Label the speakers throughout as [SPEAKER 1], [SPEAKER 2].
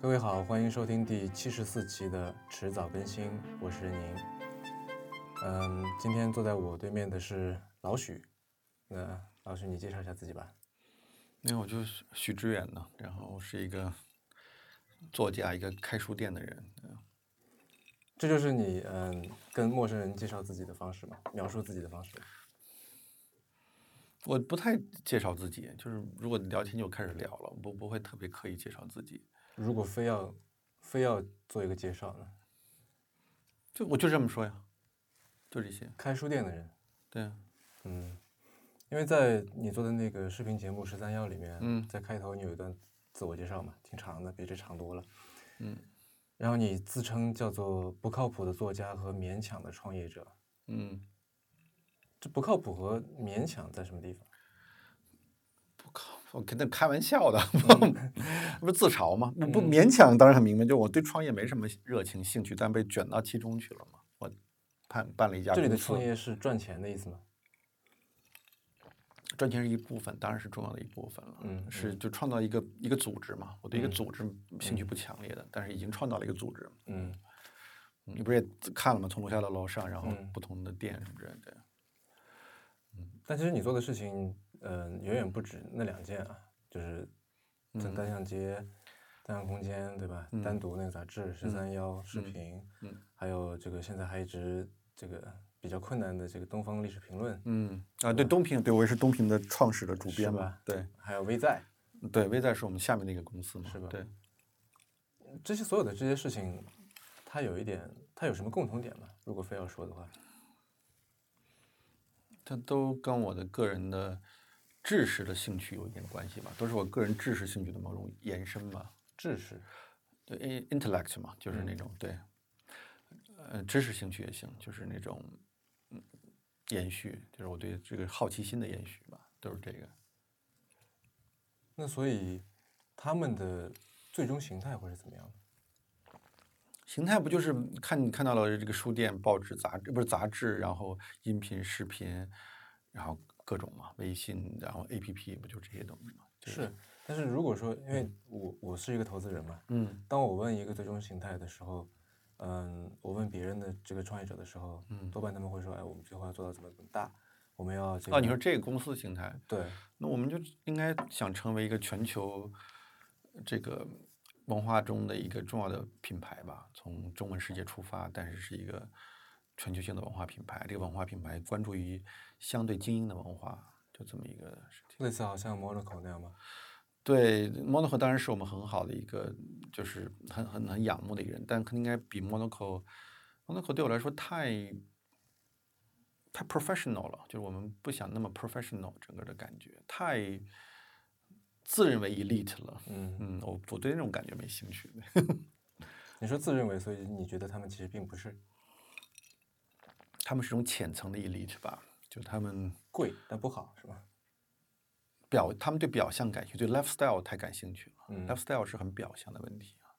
[SPEAKER 1] 各位好，欢迎收听第七十四期的迟早更新，我是宁。嗯，今天坐在我对面的是老许，那老许你介绍一下自己吧。
[SPEAKER 2] 那我就是许知远呢，然后是一个作家，一个开书店的人。
[SPEAKER 1] 这就是你嗯跟陌生人介绍自己的方式嘛，描述自己的方式。
[SPEAKER 2] 我不太介绍自己，就是如果聊天就开始聊了，不不会特别刻意介绍自己。
[SPEAKER 1] 如果非要非要做一个介绍呢，
[SPEAKER 2] 就我就这么说呀，就这些。
[SPEAKER 1] 开书店的人，
[SPEAKER 2] 对啊，
[SPEAKER 1] 嗯，因为在你做的那个视频节目《十三幺》里面，
[SPEAKER 2] 嗯
[SPEAKER 1] 在开头你有一段自我介绍嘛，挺长的，比这长多了。
[SPEAKER 2] 嗯
[SPEAKER 1] 然后你自称叫做不靠谱的作家和勉强的创业者，
[SPEAKER 2] 嗯，
[SPEAKER 1] 这不靠谱和勉强在什么地方？
[SPEAKER 2] 不靠，我跟他开玩笑的，
[SPEAKER 1] 嗯
[SPEAKER 2] 不是自嘲吗？不不勉强，当然很明白，就我对创业没什么热情兴趣，但被卷到其中去了嘛。我办办了一家
[SPEAKER 1] 这里的
[SPEAKER 2] 公司
[SPEAKER 1] 创业是赚钱的意思吗？
[SPEAKER 2] 赚钱是一部分，当然是重要的一部分了。
[SPEAKER 1] 嗯
[SPEAKER 2] 是就创造一个一个组织嘛。我对一个组织兴趣不强烈的，但是已经创造了一个组织。
[SPEAKER 1] 嗯，
[SPEAKER 2] 嗯你不是也看了吗？从楼下到楼上，然后
[SPEAKER 1] 嗯
[SPEAKER 2] 不同的店什么之类的。
[SPEAKER 1] 但其实你做的事情，嗯、远远不止那两件啊，就是
[SPEAKER 2] 嗯
[SPEAKER 1] 在单向街、单向空间，对吧？单独那个杂志、十三幺视频，
[SPEAKER 2] 嗯
[SPEAKER 1] 还有这个现在还一直这个比较困难的这个东方历史评论，
[SPEAKER 2] 嗯啊，对东平，对我也是东平的创始的主
[SPEAKER 1] 是
[SPEAKER 2] 编
[SPEAKER 1] 吧
[SPEAKER 2] 嘛。对
[SPEAKER 1] 还有微在，
[SPEAKER 2] 对，微在是我们下面的一个公司嘛。
[SPEAKER 1] 是吧
[SPEAKER 2] 对，
[SPEAKER 1] 这些所有的这些事情，它有一点，它有什么共同点吗？如果非要说的话，
[SPEAKER 2] 它都跟我的个人的知识的兴趣有一点关系吧，都是我个人知识兴趣的某种延伸吧。
[SPEAKER 1] 知识，
[SPEAKER 2] 对，in- intellect 嘛，就是那种、对，呃，知识兴趣也行，就是那种嗯延续，就是我对这个好奇心的延续吧，都是这个。
[SPEAKER 1] 那所以他们的最终形态会是怎么样的？，
[SPEAKER 2] 形态不就是看你看到了这个书店、报纸、杂志，不是杂志，然后音频、视频，然后各种嘛，微信，然后 A P P，不就这些东西吗？就是
[SPEAKER 1] 但是如果说，因为我我是一个投资人嘛，
[SPEAKER 2] 嗯
[SPEAKER 1] 当我问一个最终形态的时候，嗯，我问别人的这个创业者的时候，
[SPEAKER 2] 嗯
[SPEAKER 1] 多半他们会说，哎，我们最后要做到怎么怎么大，我们要这个，
[SPEAKER 2] 啊，你说这个公司形态，
[SPEAKER 1] 对，
[SPEAKER 2] 那我们就应该想成为一个全球这个文化中的一个重要的品牌吧，从中文世界出发，但是是一个全球性的文化品牌。这个文化品牌关注于相对精英的文化，就这么一个事情。
[SPEAKER 1] 类似好像 Monaco 那样嘛，
[SPEAKER 2] 对，Monaco 当然是我们很好的一个，就是很很很仰慕的一个人，但应该比 Monaco Monaco 对我来说太太 professional 了，就是我们不想那么 professional 整个的感觉，太自认为 elite 了。
[SPEAKER 1] 嗯，
[SPEAKER 2] 嗯，我我对那种感觉没兴趣。
[SPEAKER 1] 你说自认为，所以你觉得他们其实并不是
[SPEAKER 2] 他们是种浅层的 elite 吧，就他们
[SPEAKER 1] 贵但不好是吧？
[SPEAKER 2] 表，他们对表象感兴趣，对 lifestyle 太感兴趣了。
[SPEAKER 1] 嗯
[SPEAKER 2] lifestyle 是很表象的问题啊。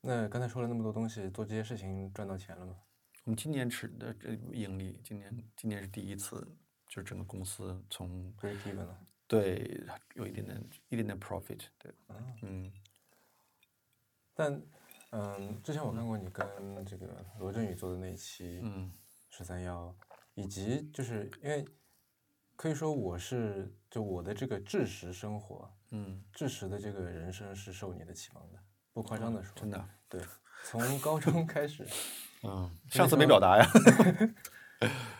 [SPEAKER 1] 那刚才说了那么多东西，做这些事情赚到钱了吗？
[SPEAKER 2] 我们今年持的这盈利，今年今年是第一次，就是整个公司从
[SPEAKER 1] break even 了。
[SPEAKER 2] 对有一点点一点点 profit，对，嗯，
[SPEAKER 1] 但，嗯，之前我看过你跟这个罗振宇做的那一期
[SPEAKER 2] 嗯
[SPEAKER 1] 十三幺，以及就是因为可以说我是就我的这个知识生活，
[SPEAKER 2] 嗯，
[SPEAKER 1] 知识的这个人生是受你的启蒙的，不夸张的说，
[SPEAKER 2] 哦真的，
[SPEAKER 1] 对， 从高中开始，
[SPEAKER 2] 嗯，
[SPEAKER 1] 以
[SPEAKER 2] 上次没
[SPEAKER 1] 说
[SPEAKER 2] 表达呀，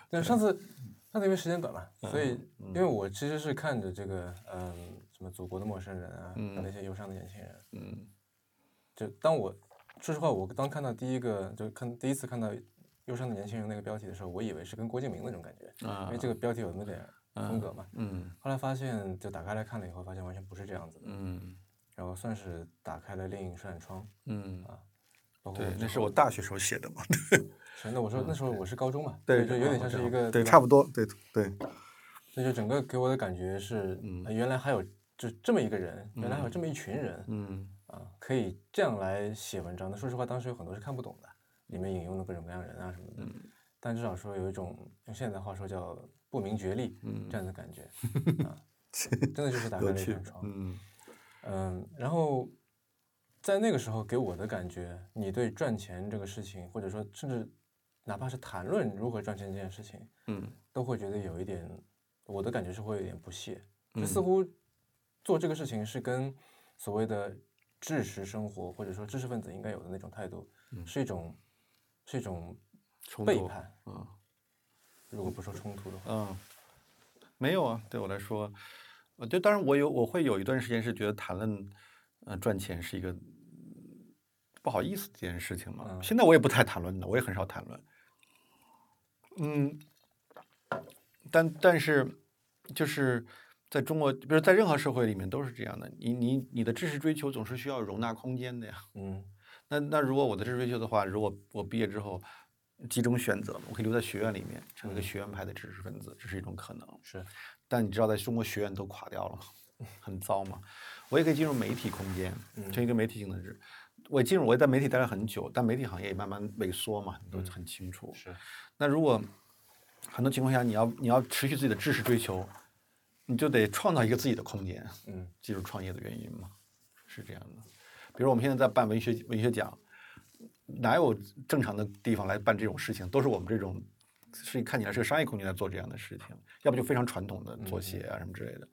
[SPEAKER 1] 但上次上次因为时间短嘛，所以
[SPEAKER 2] 嗯
[SPEAKER 1] 因为我其实是看着这个嗯什么祖国的陌生人啊，还有那些忧伤的年轻人，
[SPEAKER 2] 嗯
[SPEAKER 1] 就当我说实话，我当看到第一个就看第一次看到忧伤的年轻人那个标题的时候，我以为是跟郭敬明那种感觉，因
[SPEAKER 2] 啊
[SPEAKER 1] 为，这个标题有那么点风格嘛。
[SPEAKER 2] 嗯
[SPEAKER 1] 后来发现，就打开来看了以后，发现完全不是这样子的，
[SPEAKER 2] 嗯
[SPEAKER 1] 然后算是打开了另一扇窗。
[SPEAKER 2] 嗯，
[SPEAKER 1] 包括
[SPEAKER 2] 对，那是
[SPEAKER 1] 我
[SPEAKER 2] 我大学时候写的嘛，
[SPEAKER 1] 之后，那我说那时候我是高中嘛，
[SPEAKER 2] 对，
[SPEAKER 1] 所以就有点
[SPEAKER 2] 啊
[SPEAKER 1] 像是
[SPEAKER 2] 我知
[SPEAKER 1] 一
[SPEAKER 2] 道
[SPEAKER 1] 个
[SPEAKER 2] 对，
[SPEAKER 1] 吧
[SPEAKER 2] 差不多，对对，
[SPEAKER 1] 所以就整个给我的感觉是，
[SPEAKER 2] 嗯
[SPEAKER 1] 呃原来还有就这么一个人，原来还有这么一群人
[SPEAKER 2] 嗯
[SPEAKER 1] 啊，可以这样来写文章的。说实话，当时有很多是看不懂的，里面引用的各种各样人啊什么的，
[SPEAKER 2] 嗯
[SPEAKER 1] 但至少说有一种用现在的话说叫不明觉厉这样的感觉 啊，真的就是打开
[SPEAKER 2] 嗯有
[SPEAKER 1] 了一
[SPEAKER 2] 趣
[SPEAKER 1] 扇，窗。
[SPEAKER 2] 嗯
[SPEAKER 1] 嗯，然后在那个时候给我的感觉，你对赚钱这个事情，或者说甚至哪怕是谈论如何赚钱这件事情，
[SPEAKER 2] 嗯
[SPEAKER 1] 都会觉得有一点，我的感觉是会有点不屑，就
[SPEAKER 2] 嗯
[SPEAKER 1] 似乎做这个事情是跟所谓的知识生活或者说知识分子应该有的那种态度，是一种是一种
[SPEAKER 2] 嗯冲
[SPEAKER 1] 背
[SPEAKER 2] 突
[SPEAKER 1] 叛。
[SPEAKER 2] 嗯
[SPEAKER 1] 如果不说冲突的话，
[SPEAKER 2] 嗯，没有啊，对我来说，呃，就当然我有我会有一段时间是觉得谈论呃赚钱是一个不好意思这件事情嘛。
[SPEAKER 1] 嗯
[SPEAKER 2] 现在我也不太谈论了，我也很少谈论。嗯，但但是就是在中国，比如在任何社会里面都是这样的，你你你的知识追求总是需要容纳空间的呀。
[SPEAKER 1] 嗯
[SPEAKER 2] 那那如果我的知识追求的话，如果我毕业之后几种选择，我可以留在学院里面成为一个学院派的知识分子，这是一种可能。
[SPEAKER 1] 是
[SPEAKER 2] 但你知道，在中国学院都垮掉了嘛，很糟嘛。我也可以进入媒体空间，成一个媒体性的人。我进入，我也在媒体待了很久，但媒体行业也慢慢萎缩嘛，你都很清楚。
[SPEAKER 1] 是
[SPEAKER 2] 那如果很多情况下，你要你要持续自己的知识追求，你就得创造一个自己的空间。
[SPEAKER 1] 嗯
[SPEAKER 2] 进入创业的原因嘛，是这样的。比如我们现在在办文学文学奖，哪有正常的地方来办这种事情？都是我们这种是看起来是个商业空间在做这样的事情，要不就非常传统的做鞋啊什么之类的。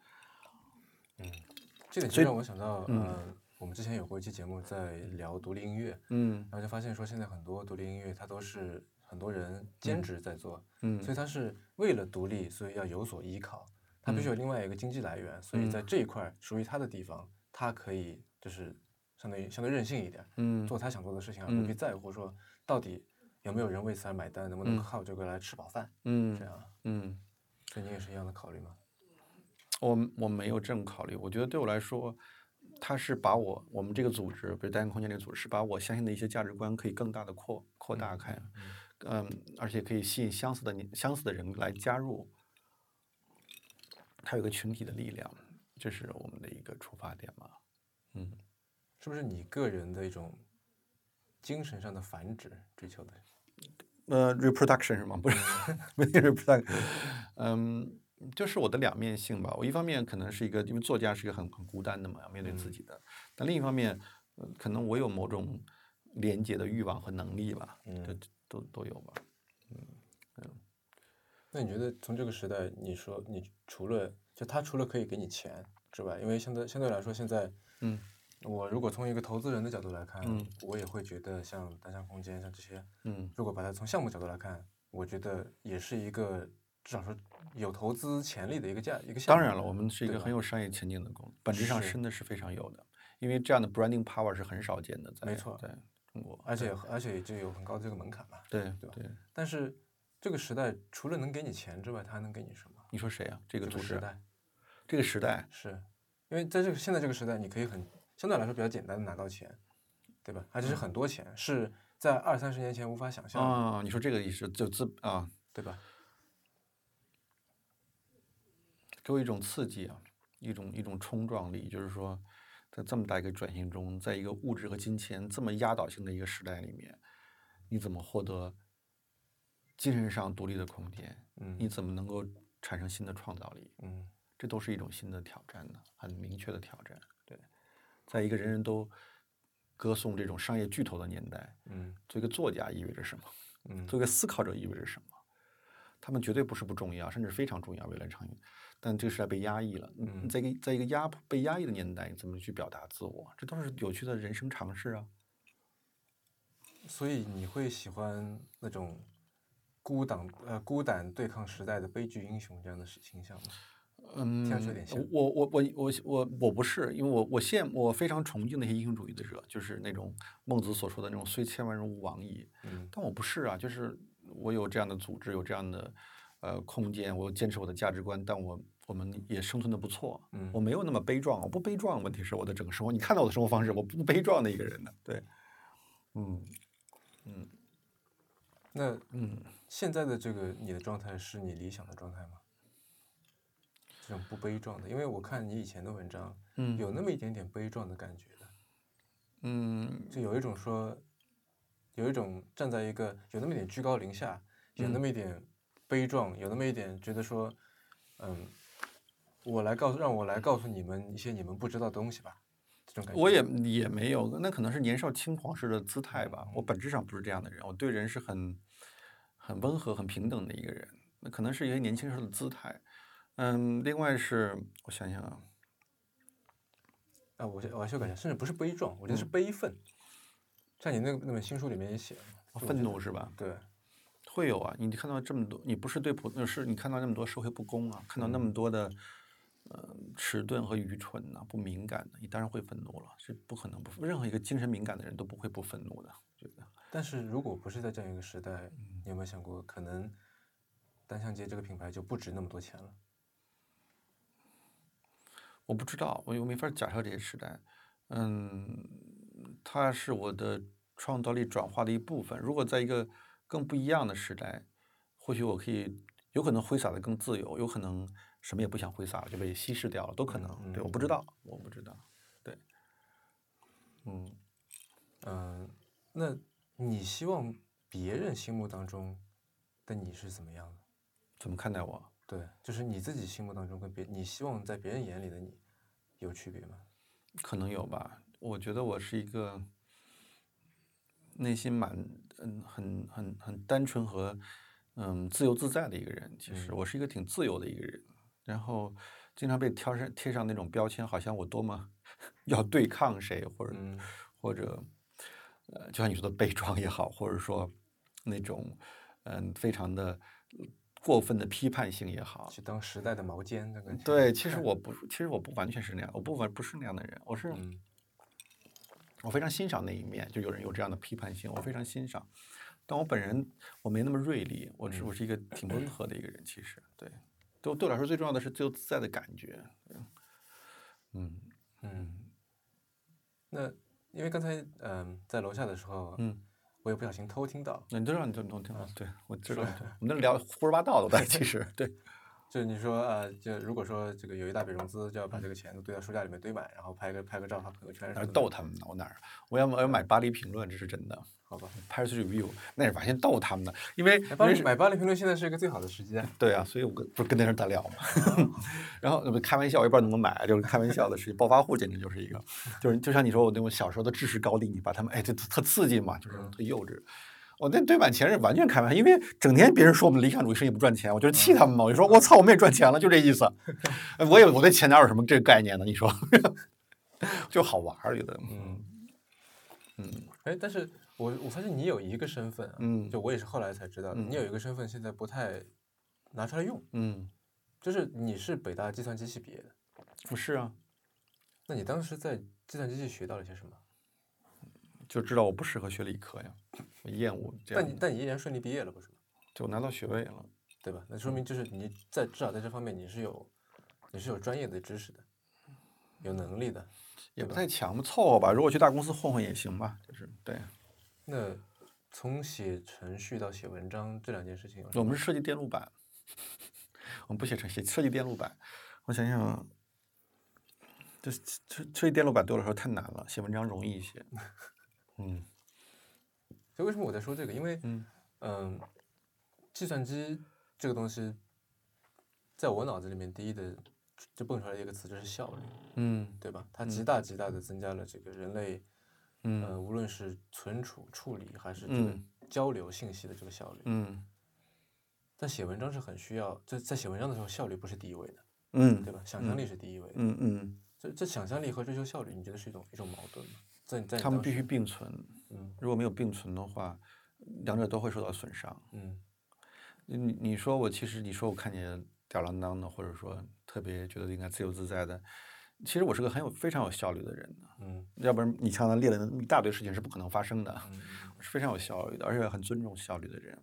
[SPEAKER 1] 这点就让我想到，
[SPEAKER 2] 嗯
[SPEAKER 1] 呃，我们之前有过一期节目在聊独立音乐，
[SPEAKER 2] 嗯
[SPEAKER 1] 然后就发现说现在很多独立音乐它都是很多人兼职在做，所
[SPEAKER 2] 嗯
[SPEAKER 1] 以它是为了独立，所以要有所依靠，它必须
[SPEAKER 2] 嗯
[SPEAKER 1] 有另外一个经济来源，所以在这一块儿属于它的地方，它可以就是相对于相对任性一点，
[SPEAKER 2] 嗯
[SPEAKER 1] 做他想做的事情，而啊不必在乎说到底有没有人为此而买单，能不能靠这个来吃饱饭，
[SPEAKER 2] 嗯
[SPEAKER 1] 这样啊。
[SPEAKER 2] 嗯，
[SPEAKER 1] 所以你也是一样的考虑吗？
[SPEAKER 2] 我我没有这种考虑，我觉得对我来说。他是把我我们这个组织，比如单元空间这个组织，是把我相信的一些价值观可以更大的扩扩大开，嗯，而且可以吸引相似的年相似的人来加入，它有一个群体的力量，这是我们的一个出发点嘛。
[SPEAKER 1] 是不是你个人的一种精神上的繁殖追求的？
[SPEAKER 2] 呃，reproduction 是吗？不是，
[SPEAKER 1] 嗯
[SPEAKER 2] 没有 reproduction。嗯，就是我的两面性吧。我一方面可能是一个，因为作家是一个很很孤单的嘛，要面对自己
[SPEAKER 1] 嗯
[SPEAKER 2] 的；但另一方面，呃可能我有某种连接的欲望和能力吧，这
[SPEAKER 1] 嗯
[SPEAKER 2] 都都有吧。
[SPEAKER 1] 那你觉得从这个时代，你说你除了就他除了可以给你钱之外，因为相对相对来说现在，
[SPEAKER 2] 嗯，
[SPEAKER 1] 我如果从一个投资人的角度来看，
[SPEAKER 2] 嗯
[SPEAKER 1] 我也会觉得像单向空间像这些，
[SPEAKER 2] 嗯
[SPEAKER 1] 如果把它从项目角度来看，我觉得也是一个至少说有投资潜力的一个价一个项
[SPEAKER 2] 当
[SPEAKER 1] 目。
[SPEAKER 2] 然了，我们是一
[SPEAKER 1] 对
[SPEAKER 2] 个
[SPEAKER 1] 吧
[SPEAKER 2] 很有商业前景的公司，本质上
[SPEAKER 1] 是
[SPEAKER 2] 真的是非常有的，因为这样的 branding power 是很少见的，在
[SPEAKER 1] 没错
[SPEAKER 2] 在中国，
[SPEAKER 1] 而且而且就有很高的这个门槛嘛。
[SPEAKER 2] 对
[SPEAKER 1] 对吧
[SPEAKER 2] 对，
[SPEAKER 1] 但是这个时代除了能给你钱之外，它还能给你什么？
[SPEAKER 2] 你说谁啊？这个
[SPEAKER 1] 这
[SPEAKER 2] 组
[SPEAKER 1] 个
[SPEAKER 2] 织
[SPEAKER 1] 时
[SPEAKER 2] 啊，
[SPEAKER 1] 代
[SPEAKER 2] 这个时代，
[SPEAKER 1] 是因为在这个现在这个时代，你可以很相对来说比较简单的拿到钱，对吧？而且是很多钱，是在二三十年前无法想象的，
[SPEAKER 2] 啊，你说这个也是就资啊，
[SPEAKER 1] 对吧？
[SPEAKER 2] 给我一种刺激啊，一种一种冲撞力，就是说，在这么大一个转型中，在一个物质和金钱这么压倒性的一个时代里面，你怎么获得精神上独立的空间？你
[SPEAKER 1] 嗯
[SPEAKER 2] 怎么能够产生新的创造力？
[SPEAKER 1] 嗯
[SPEAKER 2] 这都是一种新的挑战呢，很明确的挑战。对，在一个人人都歌颂这种商业巨头的年代，
[SPEAKER 1] 嗯
[SPEAKER 2] 做一个作家意味着什么？
[SPEAKER 1] 嗯
[SPEAKER 2] 做一个思考者意味着什么？他们绝对不是不重要，甚至非常重要，未来长远。但这个时代被压抑了，你你在一个在一个压迫被压抑的年代，你怎么去表达自我？这都是有趣的人生尝试啊。
[SPEAKER 1] 所以你会喜欢那种孤党呃孤胆对抗时代的悲剧英雄这样的事形象吗？
[SPEAKER 2] 嗯哦
[SPEAKER 1] 听上去有点像，
[SPEAKER 2] 我我我我我我不是，因为我我羡我非常崇敬那些英雄主义的者，就是那种孟子所说的那种“虽千万人吾往矣”。
[SPEAKER 1] 嗯
[SPEAKER 2] 但我不是啊，就是我有这样的组织，有这样的呃空间，我坚持我的价值观，但我我们也生存的不错，
[SPEAKER 1] 嗯
[SPEAKER 2] 我没有那么悲壮，我不悲壮，问题是我的整个生活，你看到我的生活方式，我不悲壮的一个人呢，对，嗯，
[SPEAKER 1] 那嗯，现在的这个你的状态是你理想的状态吗？这种不悲壮的，因为我看你以前的文章，
[SPEAKER 2] 嗯
[SPEAKER 1] 有那么一点点悲壮的感觉的，
[SPEAKER 2] 嗯，
[SPEAKER 1] 就有一种说，有一种站在一个有那么一点居高临下，有
[SPEAKER 2] 嗯
[SPEAKER 1] 那么一点悲壮，有那么一点觉得说，嗯，我来告诉，让我来告诉你们一些你们不知道的东西吧，这种感觉。
[SPEAKER 2] 我也也没有，那可能是年少轻狂时的姿态吧。我本质上不是这样的人，我对人是很很温和、很平等的一个人。那可能是一些年轻时候的姿态。嗯，另外是我想想啊，
[SPEAKER 1] 啊，我我还是有感觉，甚至不是悲壮，我觉得
[SPEAKER 2] 嗯
[SPEAKER 1] 是悲愤。像你那那本新书里面也写了嘛，就我
[SPEAKER 2] 愤
[SPEAKER 1] 觉得
[SPEAKER 2] 怒是吧？
[SPEAKER 1] 对，
[SPEAKER 2] 会有啊，你看到这么多，你不是对普，呃是你看到那么多社会不公啊，看到
[SPEAKER 1] 嗯
[SPEAKER 2] 那么多的，呃，迟钝和愚蠢呐、不敏感的，你当然会愤怒了，是不可能不，任何一个精神敏感的人都不会不愤怒的，我觉得。
[SPEAKER 1] 但是如果不是在这样一个时代，
[SPEAKER 2] 嗯
[SPEAKER 1] 你有没有想过，可能单向街这个品牌就不值那么多钱了？
[SPEAKER 2] 我不知道，我又没法假设这些时代。嗯，它是我的创造力转化的一部分。如果在一个更不一样的时代，或许我可以有可能挥洒的更自由，有可能什么也不想挥洒了，就被稀释掉了，都可能。对，我不知道，我不知道。对，嗯。
[SPEAKER 1] 嗯，那你希望别人心目当中的你是怎么样的？
[SPEAKER 2] 怎么看待我？
[SPEAKER 1] 对，就是你自己心目当中跟别，你希望在别人眼里的你有区别吗？
[SPEAKER 2] 可能有吧。我觉得我是一个内心蛮嗯很很很单纯和嗯自由自在的一个人。其实我是一个挺自由的一个人，然后经常被挑上贴上那种标签，好像我多么 要对抗谁，或者、
[SPEAKER 1] 嗯
[SPEAKER 2] 或者呃，就像你说的悲壮也好，或者说那种嗯非常的过分的批判性也好，
[SPEAKER 1] 去当时代的毛尖那个。
[SPEAKER 2] 对，其实我不，其实我不完全是那样，我不完不是那样的人，我是、
[SPEAKER 1] 嗯
[SPEAKER 2] 我非常欣赏那一面，就有人有这样的批判性，我非常欣赏。但我本人我没那么锐利，我
[SPEAKER 1] 嗯
[SPEAKER 2] 是我是一个挺温和的一个人，其实对，对我对我来说最重要的是自由自在的感觉。嗯
[SPEAKER 1] 嗯。那因为刚才嗯、在楼下的时候，
[SPEAKER 2] 嗯，
[SPEAKER 1] 我也不小心偷听到，
[SPEAKER 2] 那你都让你都能听到，对我知道，对我们在聊胡说八道的，但其实 对，
[SPEAKER 1] 就是你说呃，就如果说这个有一大笔融资，就要把这个钱都堆到书架里面堆满，然后拍个拍个照发朋友圈
[SPEAKER 2] 哪
[SPEAKER 1] 什么
[SPEAKER 2] 儿
[SPEAKER 1] 的，
[SPEAKER 2] 逗他们呢？我哪儿？我要我要买巴黎评论，这是真的
[SPEAKER 1] 好吧？
[SPEAKER 2] ，Paris Review 那是完全逗他们的，因为
[SPEAKER 1] 哎
[SPEAKER 2] 因
[SPEAKER 1] 巴
[SPEAKER 2] 为
[SPEAKER 1] 黎
[SPEAKER 2] 是
[SPEAKER 1] 买巴黎评论现在是一个最好的时机啊。
[SPEAKER 2] 对啊，所以我跟不是跟那人大聊嘛， 然后不开玩笑，我也不知道能不能买，就是开玩笑的事情。暴发户简直就是一个，就是就像你说我那种小时候的知识高地，你把他们哎，这特刺激嘛，就是特幼稚。我那对满钱是完全开玩笑，因为整天别人说我们理想主义生意不赚钱，我就是气他们嘛，我就说我操，我们也赚钱了，就这意思。哎我也我对钱哪有什么这个概念呢？你说， 就好玩儿，觉得
[SPEAKER 1] 嗯，哎，但是我我发现你有一个身份啊，
[SPEAKER 2] 嗯
[SPEAKER 1] 就我也是后来才知道的，你有一个身份现在不太拿出来用，
[SPEAKER 2] 嗯，
[SPEAKER 1] 就是你是北大计算机系毕业的，
[SPEAKER 2] 不是啊，
[SPEAKER 1] 那你当时在计算机系学到了些什么？
[SPEAKER 2] 就知道我不适合学理科呀，我厌恶这样
[SPEAKER 1] 但啊你，但你依然顺利毕业了，不是吗？
[SPEAKER 2] 就拿到学位了。
[SPEAKER 1] 对吧？那说明就是你在至少在这方面你是有你是有专业的知识的，有能力的。对
[SPEAKER 2] 也不
[SPEAKER 1] 吧
[SPEAKER 2] 太强吧，凑合吧。如果去大公司混混也行吧，就是对。
[SPEAKER 1] 那从写程序到写文章这两件事情有什
[SPEAKER 2] 我
[SPEAKER 1] 么，
[SPEAKER 2] 们是设计电路板， 我们不写程序，设计电路板。我想想啊，这这这设计电路板对我来说太难了，写文章容易一些。嗯
[SPEAKER 1] 就为什么我在说这个？因为
[SPEAKER 2] 嗯
[SPEAKER 1] 嗯，计算机这个东西，在我脑子里面第一的就蹦出来一个词就是效率，
[SPEAKER 2] 嗯
[SPEAKER 1] 对吧？它极大极大的增加了这个人类，呃，无论是存储、处理还是这个
[SPEAKER 2] 嗯
[SPEAKER 1] 交流信息的这个效率。
[SPEAKER 2] 嗯
[SPEAKER 1] 但写文章是很需要，在在写文章的时候，效率不是第一位的，
[SPEAKER 2] 嗯
[SPEAKER 1] 对吧？想象力是第一位的。
[SPEAKER 2] 嗯嗯，
[SPEAKER 1] 这这想象力和追求效率，你觉得是一种一种矛盾吗？在在你
[SPEAKER 2] 他们
[SPEAKER 1] 当
[SPEAKER 2] 必
[SPEAKER 1] 时
[SPEAKER 2] 须并存。
[SPEAKER 1] 嗯
[SPEAKER 2] 如果没有并存的话，两者都会受到损伤。
[SPEAKER 1] 嗯
[SPEAKER 2] 你你说我其实你说我看起来吊儿郎当的，或者说特别觉得应该自由自在的，其实我是个很有非常有效率的人的。
[SPEAKER 1] 嗯
[SPEAKER 2] 要不然你像他列了一大堆事情是不可能发生的，
[SPEAKER 1] 嗯
[SPEAKER 2] 我是非常有效率的，而且很尊重效率的人。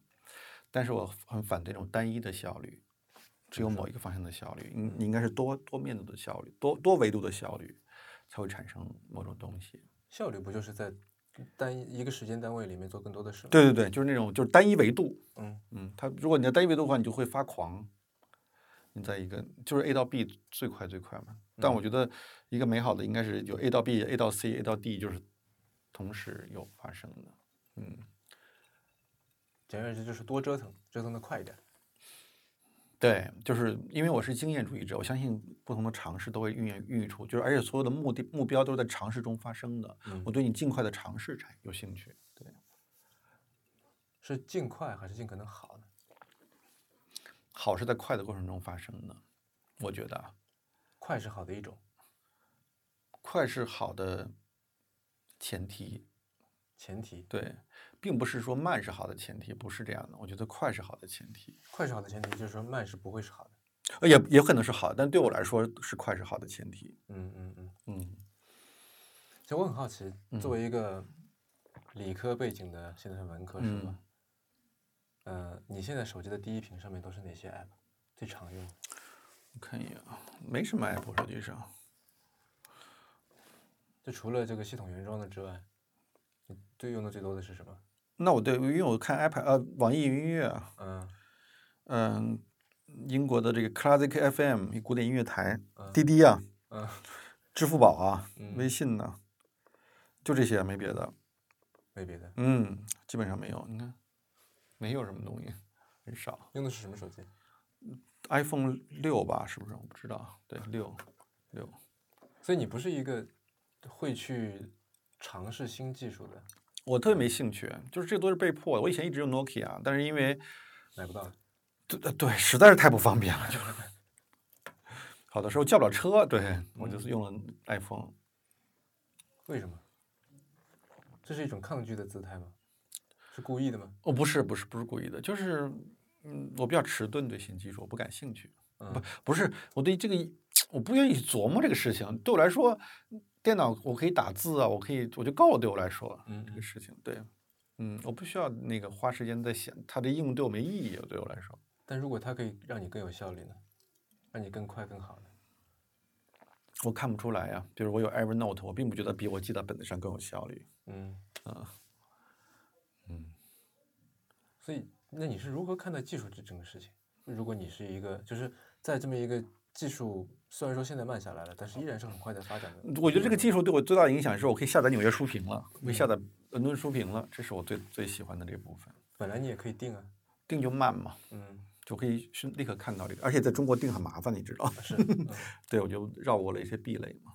[SPEAKER 2] 但是我很反对这种单一的效率，只有某一个方向的效率。你你应该是多多面度的效率，多多维度的效率，才会产生某种东西。
[SPEAKER 1] 效率不就是在单一一个时间单位里面做更多的事吗？
[SPEAKER 2] 对对对，就是那种就是单一维度。
[SPEAKER 1] 嗯
[SPEAKER 2] 嗯，它如果你在单一维度的话，你就会发狂。你在一个就是 A 到 B 最快最快嘛，但我觉得一个美好的应该是有 A 到 B、A 到 C、A 到 D，就是同时有发生的。
[SPEAKER 1] 简而言之就是多折腾，折腾的快一点。
[SPEAKER 2] 对，就是因为我是经验主义者，我相信不同的尝试都会孕育孕育出，就是而且所有的目的目标都是在尝试中发生的。我对你尽快的尝试产有兴趣。对，
[SPEAKER 1] 是尽快还是尽可能好呢？
[SPEAKER 2] 好是在快的过程中发生的，我觉得啊，
[SPEAKER 1] 快是好的一种
[SPEAKER 2] 快是好的前提，
[SPEAKER 1] 前提，
[SPEAKER 2] 对，并不是说慢是好的前提，不是这样的。我觉得快是好的前提，
[SPEAKER 1] 快是好的前提，就是说慢是不会是好的。
[SPEAKER 2] 呃也也可能是好，但对我来说是快是好的前提。
[SPEAKER 1] 嗯嗯嗯。
[SPEAKER 2] 嗯
[SPEAKER 1] 其实我很好奇，作为一个理科背景的，现在是文科生吧？呃，你现在手机的第一屏上面都是哪些 app 最常用？
[SPEAKER 2] 我看一眼啊，没什么 app 我手机上。
[SPEAKER 1] 就除了这个系统原装的之外，你最用的最多的是什么？
[SPEAKER 2] 那我对，因为我看 iPad 呃，网易云音乐啊，
[SPEAKER 1] 嗯
[SPEAKER 2] 嗯，英国的这个 Classic FM 一古典音乐台
[SPEAKER 1] 嗯，
[SPEAKER 2] 滴滴啊，
[SPEAKER 1] 嗯
[SPEAKER 2] 支付宝啊，
[SPEAKER 1] 嗯
[SPEAKER 2] 微信呐、就这些，没别的。
[SPEAKER 1] 没别的。
[SPEAKER 2] 嗯，基本上没有。你看，没有什么东西，很少。
[SPEAKER 1] 用的是什么手机？
[SPEAKER 2] iPhone 六吧，是不是？我不知道。对，六六，
[SPEAKER 1] 所以你不是一个会去尝试新技术的，
[SPEAKER 2] 我特别没兴趣，就是这都是被迫的。我以前一直用 Nokia，但是因为
[SPEAKER 1] 买不到的。
[SPEAKER 2] 对对，实在是太不方便 了，就是好的时候叫不了车，对我就是用了 iPhone。
[SPEAKER 1] 为什么？这是一种抗拒的姿态吗？是故意的吗？
[SPEAKER 2] 哦，不是，不是，不是故意的，就是，嗯，我比较迟钝对新技术，我不感兴趣。
[SPEAKER 1] 嗯
[SPEAKER 2] 不，不是，我对这个我不愿意琢磨这个事情。对我来说，电脑我可以打字啊，我可以，我就够了。对我来说，
[SPEAKER 1] 嗯
[SPEAKER 2] 这
[SPEAKER 1] 嗯
[SPEAKER 2] 个事情，对，嗯，我不需要那个花时间在想它的应用对我没意义。对我来说，
[SPEAKER 1] 但如果它可以让你更有效率呢？让你更快更好呢？
[SPEAKER 2] 我看不出来呀、比如我有 Evernote，我并不觉得比我记在本子上更有效率。
[SPEAKER 1] 嗯
[SPEAKER 2] 啊，
[SPEAKER 1] 嗯。所以，那你是如何看待技术这整个事情？如果你是一个，就是在这么一个技术，虽然说现在慢下来了，但是依然是很快在发展的。
[SPEAKER 2] 我觉得这个技术对我最大的影响是我可以下载纽约书评了，我可以下
[SPEAKER 1] 嗯
[SPEAKER 2] 载伦敦书评了，这是我最最喜欢的这部分。
[SPEAKER 1] 本来你也可以定啊，
[SPEAKER 2] 定就慢嘛。
[SPEAKER 1] 嗯，
[SPEAKER 2] 就可以是立刻看到这个，而且在中国定很麻烦，你知道？
[SPEAKER 1] 是，嗯
[SPEAKER 2] 对，我就绕过了一些壁垒嘛。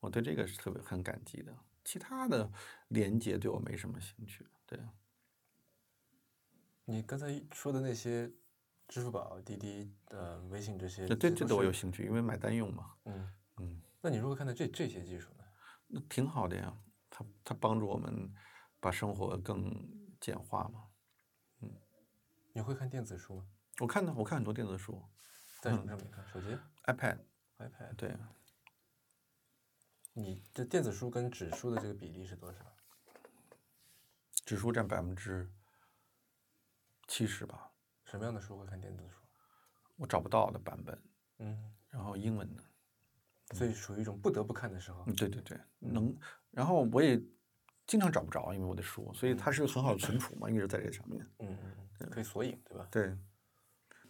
[SPEAKER 2] 我对这个是特别很感激的，其他的连接对我没什么兴趣。对，
[SPEAKER 1] 你刚才说的那些，支付宝、滴滴、呃、微信这些，
[SPEAKER 2] 这这这
[SPEAKER 1] 都
[SPEAKER 2] 对我
[SPEAKER 1] 是
[SPEAKER 2] 有兴趣，因为买单用嘛，
[SPEAKER 1] 嗯
[SPEAKER 2] 嗯，
[SPEAKER 1] 那你如何看待这这些技术呢？
[SPEAKER 2] 那挺好的呀。它它帮助我们把生活更简化嘛。
[SPEAKER 1] 你会看电子书吗？
[SPEAKER 2] 我看到我看很多电子书
[SPEAKER 1] 在什么上面看？手机、
[SPEAKER 2] 嗯，iPad，
[SPEAKER 1] iPad？
[SPEAKER 2] 对，
[SPEAKER 1] 你的电子书跟纸书的这个比例是多少？
[SPEAKER 2] 指数占百分之七十吧，
[SPEAKER 1] 什么样的书会看电子书？
[SPEAKER 2] 我找不到的版本，
[SPEAKER 1] 嗯，
[SPEAKER 2] 然后英文的。
[SPEAKER 1] 所以属于一种不得不看的时候
[SPEAKER 2] 嗯嗯，。对对对，能。然后我也经常找不着，因为我的书，所以它是个很好的存储嘛，一直在这上面。
[SPEAKER 1] 嗯嗯，嗯可以索引，对吧？
[SPEAKER 2] 对，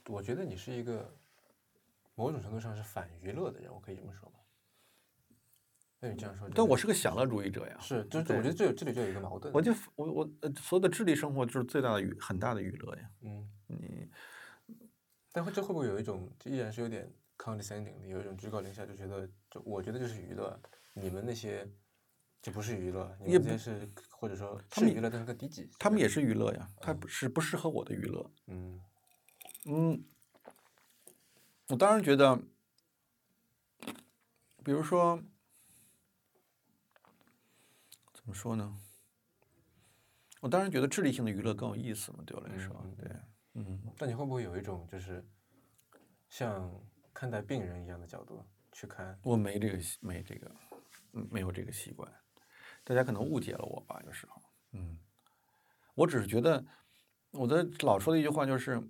[SPEAKER 1] 我觉得你是一个某种程度上是反娱乐的人，我可以这么说吗？那你这样说真的，
[SPEAKER 2] 但我是个享乐主义者呀，
[SPEAKER 1] 是，就是
[SPEAKER 2] 对
[SPEAKER 1] 我觉得这这里就有一个矛盾。
[SPEAKER 2] 我就我我呃所有的智力生活就是最大的娱很大的娱乐呀。
[SPEAKER 1] 嗯，
[SPEAKER 2] 你
[SPEAKER 1] 但会这会不会有一种，这依然是有点 condescending 的，有一种居高临下，就觉得，就我觉得这是娱乐，你们那些就不是娱乐，你
[SPEAKER 2] 也
[SPEAKER 1] 们
[SPEAKER 2] 不
[SPEAKER 1] 这些是或者说
[SPEAKER 2] 他
[SPEAKER 1] 是
[SPEAKER 2] 们
[SPEAKER 1] 娱乐，但是更低级。
[SPEAKER 2] 他们也是娱乐呀，它不是不适合我的娱乐。
[SPEAKER 1] 嗯
[SPEAKER 2] 嗯，我当然觉得，比如说，怎么说呢？我当然觉得智力性的娱乐更有意思嘛，对我来说，
[SPEAKER 1] 嗯嗯
[SPEAKER 2] 对，嗯，
[SPEAKER 1] 但你会不会有一种就是像看待病人一样的角度去看？
[SPEAKER 2] 我没这个习没这个，嗯没有这个习惯，大家可能误解了我吧，有时候，嗯，我只是觉得我的老说的一句话就是，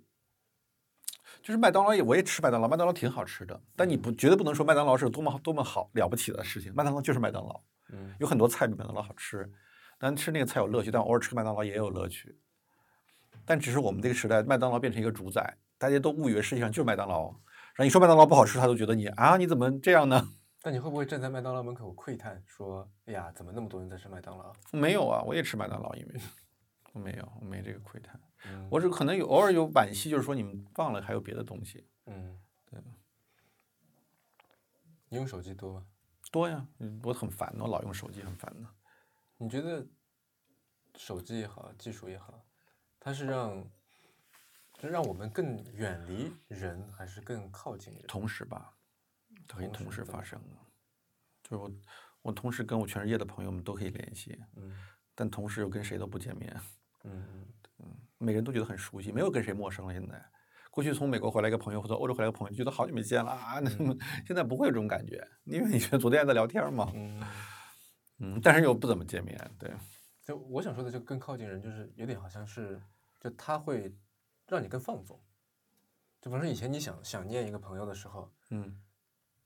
[SPEAKER 2] 就是麦当劳也我也吃麦当劳，麦当劳挺好吃的，但你不绝对不能说麦当劳是多么多么好了不起的事情，麦当劳就是麦当劳，
[SPEAKER 1] 嗯
[SPEAKER 2] 有很多菜比麦当劳好吃，但吃那个菜有乐趣，但偶尔吃个麦当劳也有乐趣，但只是我们这个时代，麦当劳变成一个主宰，大家都误以为世界上就是麦当劳，然后你说麦当劳不好吃，他都觉得你啊你怎么这样呢？
[SPEAKER 1] 但你会不会站在麦当劳门口窥探，说：“哎呀，怎么那么多人在吃麦当劳
[SPEAKER 2] 没有啊，我也吃麦当劳，因为我没有，我没这个窥探。
[SPEAKER 1] 嗯
[SPEAKER 2] 我只可能有偶尔有惋惜，就是说你们忘了还有别的东西。
[SPEAKER 1] 嗯，对。你用手机多吗？
[SPEAKER 2] 多呀，嗯我很烦的，我老用手机很烦的。
[SPEAKER 1] 你觉得手机也好，技术也好，它是让是让我们更远离人，还是更靠近人？
[SPEAKER 2] 同时吧，它可以
[SPEAKER 1] 同
[SPEAKER 2] 同
[SPEAKER 1] 时
[SPEAKER 2] 时
[SPEAKER 1] 对
[SPEAKER 2] 发生的。就是我，我同时跟我全世界的朋友们都可以联系，
[SPEAKER 1] 嗯
[SPEAKER 2] 但同时又跟谁都不见面，
[SPEAKER 1] 嗯嗯
[SPEAKER 2] 每个人都觉得很熟悉，没有跟谁陌生了。现在，过去从美国回来一个朋友，或者欧洲回来一个朋友，觉得好久没见了啊，那
[SPEAKER 1] 嗯
[SPEAKER 2] 么 现在不会有这种感觉，因为你觉得昨天还在聊天嘛，
[SPEAKER 1] 嗯。
[SPEAKER 2] 嗯，但是又不怎么见面，对，
[SPEAKER 1] 就我想说的，就更靠近人，就是有点好像是，就它会让你更放纵。就比如说以前你想想念一个朋友的时候，
[SPEAKER 2] 嗯。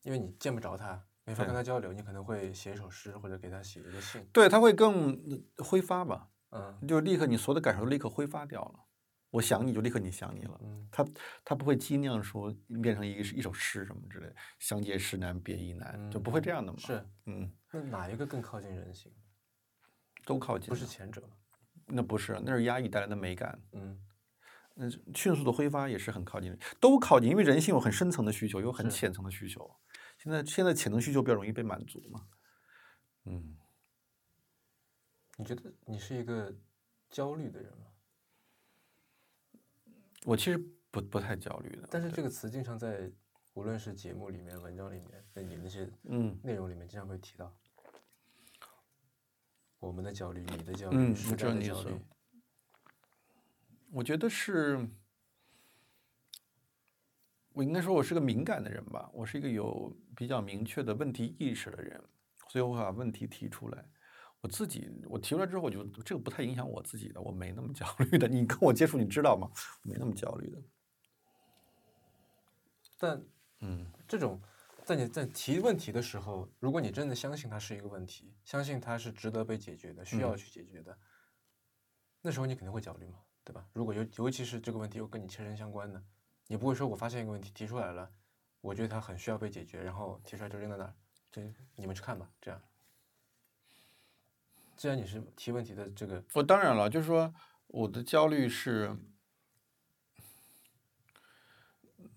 [SPEAKER 1] 因为你见不着他，没法
[SPEAKER 2] 对
[SPEAKER 1] 跟他交流，你可能会写一首诗或者给他写一个信。
[SPEAKER 2] 对，它会更呃挥发吧，
[SPEAKER 1] 嗯
[SPEAKER 2] 就立刻你所有的感受都立刻挥发掉了。我想你就立刻你想你了，
[SPEAKER 1] 嗯
[SPEAKER 2] 它它不会激酿说变成一个一首诗什么之类的，相见时难别亦难，就不会这样的嘛。
[SPEAKER 1] 是，
[SPEAKER 2] 嗯，
[SPEAKER 1] 那哪一个更靠近人性？
[SPEAKER 2] 都靠近
[SPEAKER 1] 不
[SPEAKER 2] 了，
[SPEAKER 1] 是前者吗？
[SPEAKER 2] 那不是，那是压抑带来的美感，
[SPEAKER 1] 嗯
[SPEAKER 2] 那是迅速的挥发也是很靠近人，都靠近，因为人性有很深层的需求，有很
[SPEAKER 1] 是
[SPEAKER 2] 浅层的需求。现在现在浅层需求比较容易被满足嘛，嗯，
[SPEAKER 1] 你觉得你是一个焦虑的人吗？
[SPEAKER 2] 我其实不不太焦虑的，
[SPEAKER 1] 但是这个词经常在无论是节目里面、文章里面，在你那些
[SPEAKER 2] 嗯。
[SPEAKER 1] 内容里面经常会提到我们的焦虑、你的焦虑、
[SPEAKER 2] 嗯
[SPEAKER 1] 时
[SPEAKER 2] 我知
[SPEAKER 1] 代
[SPEAKER 2] 道
[SPEAKER 1] 的
[SPEAKER 2] 你意
[SPEAKER 1] 焦
[SPEAKER 2] 思
[SPEAKER 1] 虑。
[SPEAKER 2] 我觉得是，我应该说我是个敏感的人吧，我是一个有比较明确的问题意识的人，所以我会把问题提出来。我自己我提出来之后，我就这个不太影响我自己的，我没那么焦虑的。你跟我接触，你知道吗？我没那么焦虑的。
[SPEAKER 1] 但
[SPEAKER 2] 嗯
[SPEAKER 1] 这种在你在提问题的时候，如果你真的相信它是一个问题，相信它是值得被解决的，需要
[SPEAKER 2] 嗯
[SPEAKER 1] 去解决的，那时候你肯定会焦虑嘛，对吧？如果尤尤其是这个问题又跟你切身相关的，你不会说我发现一个问题提出来了，我觉得它很需要被解决，然后提出来就扔在那儿，这你们去看吧，这样。既然你是提问题的这个，
[SPEAKER 2] 我当然了，就是说我的焦虑是，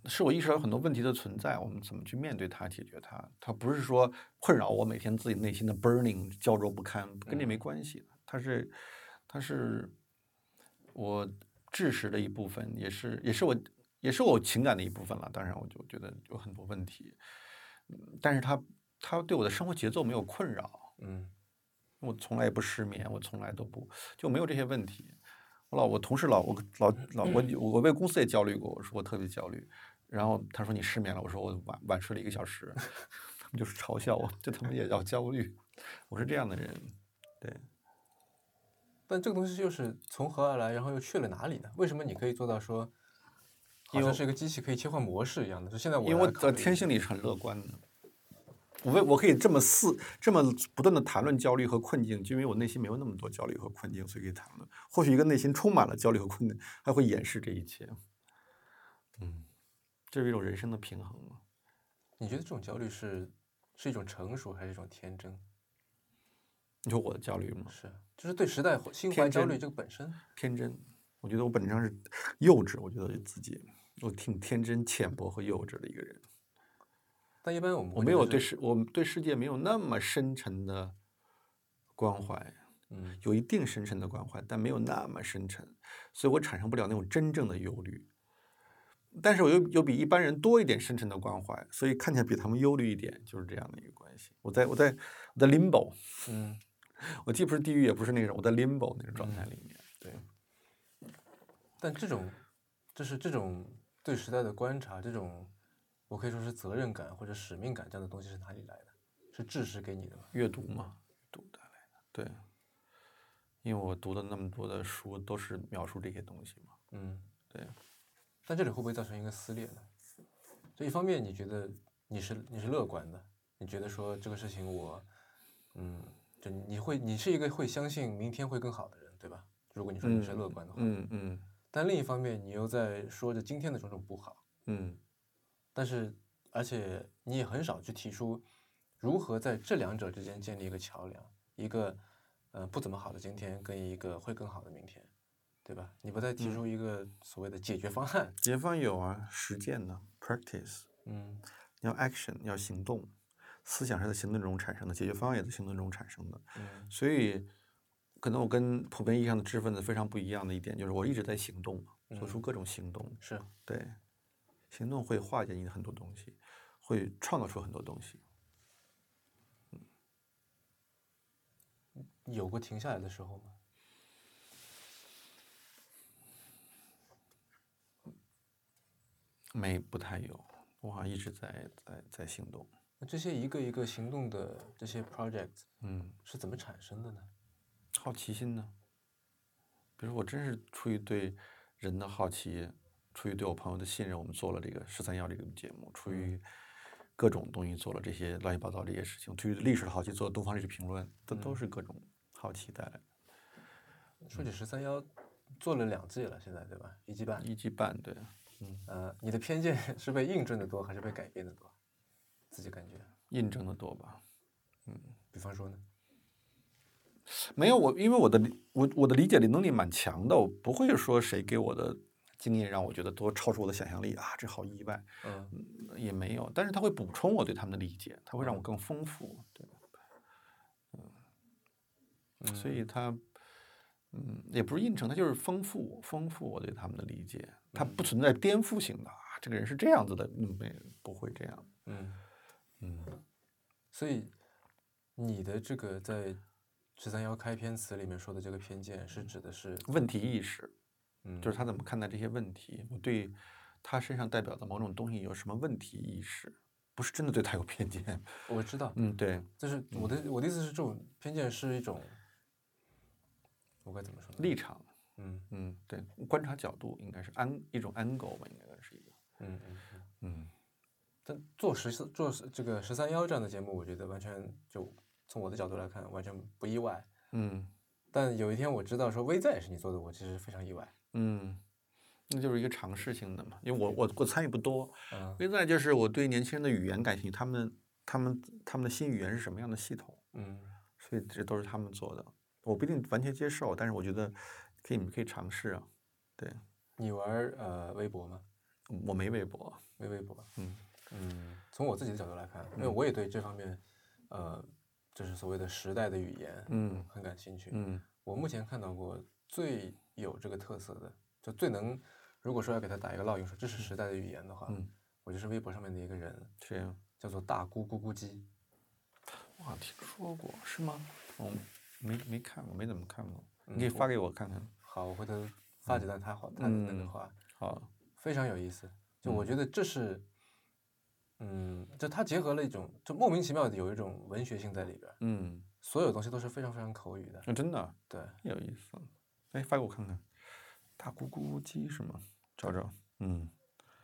[SPEAKER 2] 是我意识到有很多问题的存在，我们怎么去面对它、解决它。它不是说困扰我每天自己内心的 burning 焦灼不堪，跟这没关系的。它是，它是我知识的一部分，也是也是我也是我情感的一部分了。当然，我就觉得有很多问题，嗯但是它它对我的生活节奏没有困扰。
[SPEAKER 1] 嗯
[SPEAKER 2] 我从来也不失眠，我从来都不就没有这些问题。我老我同事老我老老我我为公司也焦虑过，我说我特别焦虑，然后他说你失眠了，我说我晚晚睡了一个小时， 他们就是嘲笑我，这他妈也叫焦虑，我是这样的人，对，
[SPEAKER 1] 但这个东西又是从何而来，然后又去了哪里呢？为什么你可以做到说，好
[SPEAKER 2] 因为
[SPEAKER 1] 像是一个机器可以切换模式一样的？就现在我
[SPEAKER 2] 因为我
[SPEAKER 1] 来考
[SPEAKER 2] 的
[SPEAKER 1] 虑嗯
[SPEAKER 2] 天性里是很乐观的。我为我可以这么肆这么不断的谈论焦虑和困境，就因为我内心没有那么多焦虑和困境，所以可以谈论。或许一个内心充满了焦虑和困境，还会掩饰这一切。嗯，这是一种人生的平衡嘛。
[SPEAKER 1] 你觉得这种焦虑是是一种成熟还是一种天真？
[SPEAKER 2] 你说我的焦虑吗？
[SPEAKER 1] 是，就是对时代怀心怀
[SPEAKER 2] 天
[SPEAKER 1] 焦
[SPEAKER 2] 真
[SPEAKER 1] 虑这个本身，
[SPEAKER 2] 天真，我觉得我本质上是幼稚，我觉得自己我挺天真、浅薄和幼稚的一个人。
[SPEAKER 1] 但一般我们
[SPEAKER 2] 我
[SPEAKER 1] 会
[SPEAKER 2] 没
[SPEAKER 1] 觉
[SPEAKER 2] 有
[SPEAKER 1] 得
[SPEAKER 2] 对
[SPEAKER 1] 是
[SPEAKER 2] 世，我对世界没有那么深沉的关怀。
[SPEAKER 1] 嗯
[SPEAKER 2] 有一定深沉的关怀，但没有那么深沉，所以我产生不了那种真正的忧虑。但是我又又比一般人多一点深沉的关怀，所以看起来比他们忧虑一点，就是这样的一个关系。我在我在我在 limbo，
[SPEAKER 1] 嗯，
[SPEAKER 2] 我既不是地狱，也不是那种，我在 limbo 那种状态
[SPEAKER 1] 嗯
[SPEAKER 2] 里面。对，
[SPEAKER 1] 但这种就是这种对时代的观察，这种我可以说是责任感或者使命感这样的东西是哪里来的？是知识给你的吗？
[SPEAKER 2] 阅读嘛，读带来的。对，因为我读的那么多的书都是描述这些东西嘛。
[SPEAKER 1] 嗯，
[SPEAKER 2] 对。
[SPEAKER 1] 但这里会不会造成一个撕裂呢？就一方面，你觉得你是你是乐观的，你觉得说这个事情我，嗯，就你会你是一个会相信明天会更好的人，对吧？如果你说你是乐观的话，
[SPEAKER 2] 嗯嗯
[SPEAKER 1] 但另一方面，你又在说着今天的种种不好，
[SPEAKER 2] 嗯
[SPEAKER 1] 但是而且你也很少去提出如何在这两者之间建立一个桥梁，一个呃不怎么好的今天跟一个会更好的明天。对吧？你不再
[SPEAKER 2] 嗯
[SPEAKER 1] 提出一个所谓的解决方案，
[SPEAKER 2] 解决方案有啊，实践呢，practice，
[SPEAKER 1] 嗯
[SPEAKER 2] 你要 action，要行动，思想是在行动中产生的，解决方案也在行动中产生的。
[SPEAKER 1] 嗯
[SPEAKER 2] 所以，可能我跟普遍意义上的知识分子非常不一样的一点，就是我一直在行动，做出各种行动。
[SPEAKER 1] 是，
[SPEAKER 2] 对，行动会化解你的很多东西，会创造出很多东西。
[SPEAKER 1] 有过停下来的时候吗？
[SPEAKER 2] 没不太有，我好像一直在在在行动。
[SPEAKER 1] 那这些一个一个行动的这些 project
[SPEAKER 2] 嗯，
[SPEAKER 1] 是怎么产生的呢？
[SPEAKER 2] 好奇心呢？比如我真是出于对人的好奇，出于对我朋友的信任，我们做了这个十三幺这个节目，出于各种东西做了这些乱七八糟这些事情，出于对历史的好奇做东方历史评论，这都是各种好奇带来的。
[SPEAKER 1] 说起十三幺，做了两季了，现在对吧？一季半。
[SPEAKER 2] 一季半对，
[SPEAKER 1] 呃，你的偏见 是被印证的多，还是被改变的多？自己感觉，
[SPEAKER 2] 印证的多吧？
[SPEAKER 1] 比方说呢？
[SPEAKER 2] 没有我，因为我的理我我的理解力能力蛮强的，我不会说谁给我的经验让我觉得多超出我的想象力啊，这好意外。
[SPEAKER 1] 嗯，
[SPEAKER 2] 也没有，但是他会补充我对他们的理解，他会让我更丰富，对，嗯，所以他，嗯，也不是印证，他就是丰富丰富我对他们的理解，他不存在颠覆性的啊，这个人是这样子的，嗯，没不会这样，
[SPEAKER 1] 嗯，
[SPEAKER 2] 嗯，
[SPEAKER 1] 所以你的这个在十三幺开篇词里面说的这个偏见，是指的是，
[SPEAKER 2] 问题意识
[SPEAKER 1] 嗯，
[SPEAKER 2] 就是他怎么看待这些问题，我对他身上代表的某种东西有什么问题意识，不是真的对他有偏见，
[SPEAKER 1] 我知道，
[SPEAKER 2] 嗯，对，
[SPEAKER 1] 就是我的、我的意思是，这种偏见是一种，我该怎么说呢？
[SPEAKER 2] 立场，
[SPEAKER 1] 嗯
[SPEAKER 2] 嗯，对，观察角度应该是安一种 angle 吧，应该是一个，
[SPEAKER 1] 嗯嗯嗯。
[SPEAKER 2] 嗯。
[SPEAKER 1] 但做十四做十这个十三幺这样的节目，我觉得完全就从我的角度来看，完全不意外。
[SPEAKER 2] 嗯
[SPEAKER 1] 但有一天我知道说微赞也是你做的，我其实非常意外。
[SPEAKER 2] 嗯，那就是一个尝试性的嘛，因为我我我参与不多。
[SPEAKER 1] 嗯
[SPEAKER 2] 另外就是我对年轻人的语言感兴趣，他们他们他们的新语言是什么样的系统，
[SPEAKER 1] 嗯
[SPEAKER 2] 所以这都是他们做的。我不一定完全接受，但是我觉得可以，你们可以尝试啊。对，
[SPEAKER 1] 你玩儿呃微博吗？
[SPEAKER 2] 我没微博，
[SPEAKER 1] 微微博。
[SPEAKER 2] 嗯
[SPEAKER 1] 嗯，从我自己的角度来看，因为我也对这方面，呃，就是所谓的时代的语言
[SPEAKER 2] 嗯
[SPEAKER 1] 很感兴趣。
[SPEAKER 2] 嗯
[SPEAKER 1] 我目前看到过最有这个特色的，就最能，如果说要给他打一个烙印，说这是时代的语言的话，
[SPEAKER 2] 嗯
[SPEAKER 1] 我就是微博上面的一个人，
[SPEAKER 2] 这样。
[SPEAKER 1] 叫做大咕咕咕鸡。
[SPEAKER 2] 我好像听说过，是吗？我没没看过，没怎么看过。
[SPEAKER 1] 嗯
[SPEAKER 2] 你可以
[SPEAKER 1] 我
[SPEAKER 2] 发给我看看。
[SPEAKER 1] 好，我回头发几段他话，他的那个
[SPEAKER 2] 嗯
[SPEAKER 1] 话。
[SPEAKER 2] 好，
[SPEAKER 1] 非常有意思。就我觉得这是，嗯，就它结合了一种，就莫名其妙的有一种文学性在里边儿，
[SPEAKER 2] 嗯，
[SPEAKER 1] 所有东西都是非常非常口语的。
[SPEAKER 2] 那真的
[SPEAKER 1] 对，
[SPEAKER 2] 有意思。哎，发给我看看，大咕咕鸡是吗？找找，嗯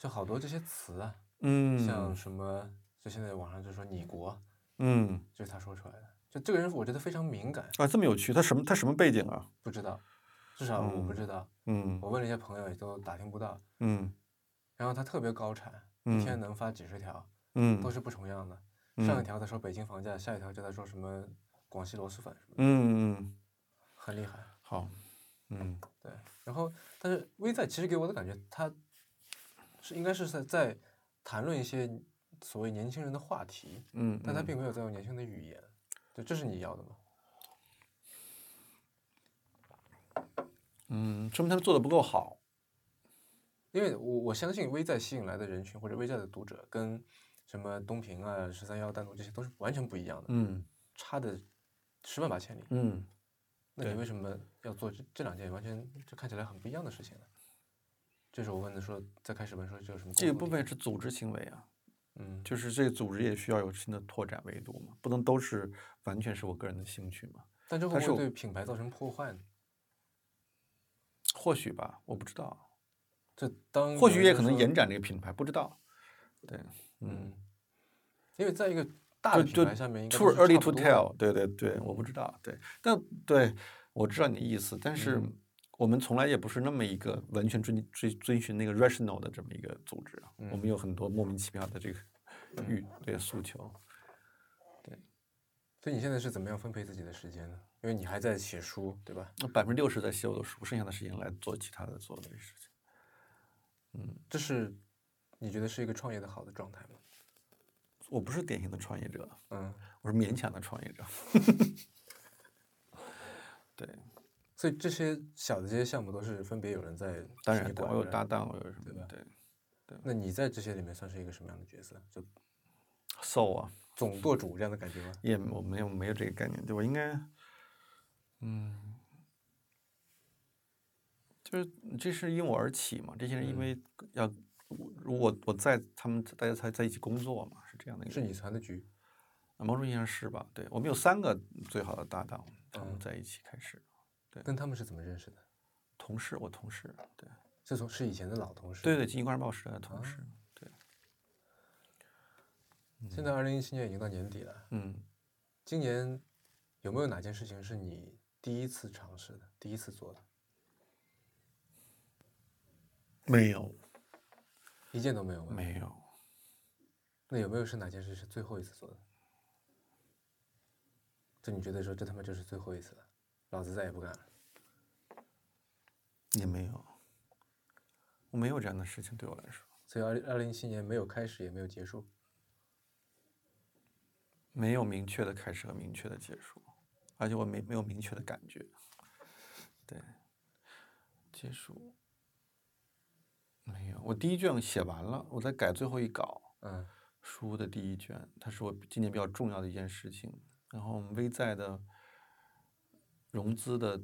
[SPEAKER 1] 就好多这些词啊，
[SPEAKER 2] 嗯，
[SPEAKER 1] 像什么，就现在网上就说“你国
[SPEAKER 2] 嗯”，
[SPEAKER 1] 就是他说出来的。就这个人，我觉得非常敏感，
[SPEAKER 2] 啊，这么有趣，他什么他什么背景啊？
[SPEAKER 1] 不知道，至少我不
[SPEAKER 2] 嗯
[SPEAKER 1] 知道。
[SPEAKER 2] 嗯
[SPEAKER 1] 我问了一些朋友，也都打听不到。
[SPEAKER 2] 嗯
[SPEAKER 1] 然后他特别高产，一
[SPEAKER 2] 嗯
[SPEAKER 1] 天能发几十条，都
[SPEAKER 2] 嗯
[SPEAKER 1] 是不重样的。
[SPEAKER 2] 嗯
[SPEAKER 1] 上一条在说北京房价，下一条就在说什么广西螺蛳粉什么的，
[SPEAKER 2] 嗯嗯，
[SPEAKER 1] 很厉害。
[SPEAKER 2] 好，嗯
[SPEAKER 1] 对，然后但是微在其实给我的感觉，他是应该是在在谈论一些所谓年轻人的话题，
[SPEAKER 2] 嗯，
[SPEAKER 1] 但他
[SPEAKER 2] 嗯
[SPEAKER 1] 并没有在用年轻人的语言。对，这是你要的吗？
[SPEAKER 2] 嗯，说明他们做的不够好。
[SPEAKER 1] 因为我我相信微在吸引来的人群或者微在的读者跟什么东平啊、十三幺单独这些都是完全不一样的，
[SPEAKER 2] 嗯
[SPEAKER 1] 差的十万八千里。
[SPEAKER 2] 嗯，
[SPEAKER 1] 那你
[SPEAKER 2] 对
[SPEAKER 1] 为什么要做这这两件完全就看起来很不一样的事情呢？这是我问的说，在开始问说这有什么
[SPEAKER 2] 这个
[SPEAKER 1] 共
[SPEAKER 2] 部
[SPEAKER 1] 同
[SPEAKER 2] 分
[SPEAKER 1] 点，
[SPEAKER 2] 是组织行为啊，
[SPEAKER 1] 嗯，
[SPEAKER 2] 就是这个组织也需要有新的拓展维度嘛，不能都是完全是我个人的兴趣嘛。
[SPEAKER 1] 但这会
[SPEAKER 2] 但
[SPEAKER 1] 不会
[SPEAKER 2] 是我
[SPEAKER 1] 对品牌造成破坏呢？
[SPEAKER 2] 或许吧，我不知道，啊
[SPEAKER 1] 就当
[SPEAKER 2] 或
[SPEAKER 1] 有
[SPEAKER 2] 许
[SPEAKER 1] 人
[SPEAKER 2] 也
[SPEAKER 1] 就
[SPEAKER 2] 可能
[SPEAKER 1] 说
[SPEAKER 2] 延展这个品牌，不知道。啊对，
[SPEAKER 1] 嗯，因为在一个大
[SPEAKER 2] 就
[SPEAKER 1] 的品
[SPEAKER 2] 就
[SPEAKER 1] 牌下面应该
[SPEAKER 2] too
[SPEAKER 1] 都是
[SPEAKER 2] early
[SPEAKER 1] 差不
[SPEAKER 2] to
[SPEAKER 1] 多的
[SPEAKER 2] tell，对对对，我不知道，对，但对我知道你的意思，但是
[SPEAKER 1] 嗯
[SPEAKER 2] 我们从来也不是那么一个完全遵遵遵循那个 rational 的这么一个组织啊，我
[SPEAKER 1] 嗯
[SPEAKER 2] 们有很多莫名其妙的这个欲对诉求，
[SPEAKER 1] 所以你现在是怎么样分配自己的时间呢？因为你还在写书，对吧？
[SPEAKER 2] 那百分之六十在写我的书，剩下的时间来做其他的所有的事情。嗯，
[SPEAKER 1] 这是你觉得是一个创业的好的状态吗？
[SPEAKER 2] 我不是典型的创业者，
[SPEAKER 1] 嗯，
[SPEAKER 2] 我是勉强的创业者。 对，
[SPEAKER 1] 所以这些小的这些项目都是分别有人在
[SPEAKER 2] 当
[SPEAKER 1] 替
[SPEAKER 2] 然
[SPEAKER 1] 你
[SPEAKER 2] 对
[SPEAKER 1] 管
[SPEAKER 2] 我有
[SPEAKER 1] 着
[SPEAKER 2] 搭档，我有什
[SPEAKER 1] 对
[SPEAKER 2] 么
[SPEAKER 1] 吧
[SPEAKER 2] 对
[SPEAKER 1] 那你在这些里面算是一个什么样的角色？就
[SPEAKER 2] so 啊，
[SPEAKER 1] 总舵主这样的感觉吗？
[SPEAKER 2] 也我没有没有这个概念，对我应该，嗯，就是这是因我而起嘛，这些
[SPEAKER 1] 嗯
[SPEAKER 2] 人因为要我如果我在他们大家才在一起工作嘛，是这样的一个啊
[SPEAKER 1] 是你传的局，
[SPEAKER 2] 某种意义上是吧？对我们有三个最好的搭档，他们
[SPEAKER 1] 嗯
[SPEAKER 2] 在一起开始、
[SPEAKER 1] 跟他们是怎么认识的？
[SPEAKER 2] 同事，我同事，对
[SPEAKER 1] 是从是以嗯前的老同事，
[SPEAKER 2] 对对，《经济观察报》时代的同事，对，
[SPEAKER 1] 现在二零一七年已经到年底了，
[SPEAKER 2] 嗯，
[SPEAKER 1] 今年有没有哪件事情是你第一次尝试的、第一次做的？
[SPEAKER 2] 没有
[SPEAKER 1] 一件都没有吗？
[SPEAKER 2] 没有，
[SPEAKER 1] 那有没有是哪件事是最后一次做的？就你觉得说这他妈就是最后一次了，老子再也不干了。
[SPEAKER 2] 也没有，我没有这样的事情对我来说。
[SPEAKER 1] 所以二二零一七年没有开始，也没有结束。
[SPEAKER 2] 没有明确的开始和明确的结束，而且我没没有明确的感觉。对，结束没有。我第一卷写完了，我在改最后一稿，
[SPEAKER 1] 嗯
[SPEAKER 2] 书的第一卷，它是我今年比较重要的一件事情。然后我们微在的融资的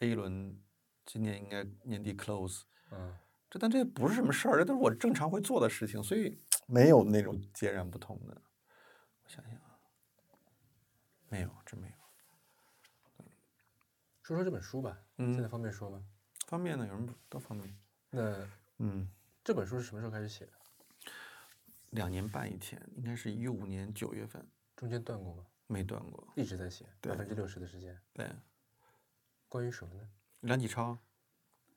[SPEAKER 2] A 轮，今年应该年底 close，
[SPEAKER 1] 嗯，
[SPEAKER 2] 这但这不是什么事儿，这都是我正常会做的事情，所以嗯没有那种截然不同的。我想想啊，没有，真没有。
[SPEAKER 1] 说说这本书吧，现在
[SPEAKER 2] 嗯，
[SPEAKER 1] 方便说吗？
[SPEAKER 2] 方便呢？有什么都方便。
[SPEAKER 1] 那
[SPEAKER 2] 嗯，
[SPEAKER 1] 这本书是什么时候开始写的？
[SPEAKER 2] 两年半以前，应该是一五年九月份，
[SPEAKER 1] 中间断过吗？
[SPEAKER 2] 没断过。
[SPEAKER 1] 一直在写，
[SPEAKER 2] 对
[SPEAKER 1] 百分之六十的时间。
[SPEAKER 2] 对，
[SPEAKER 1] 关于什么呢？
[SPEAKER 2] 梁启超，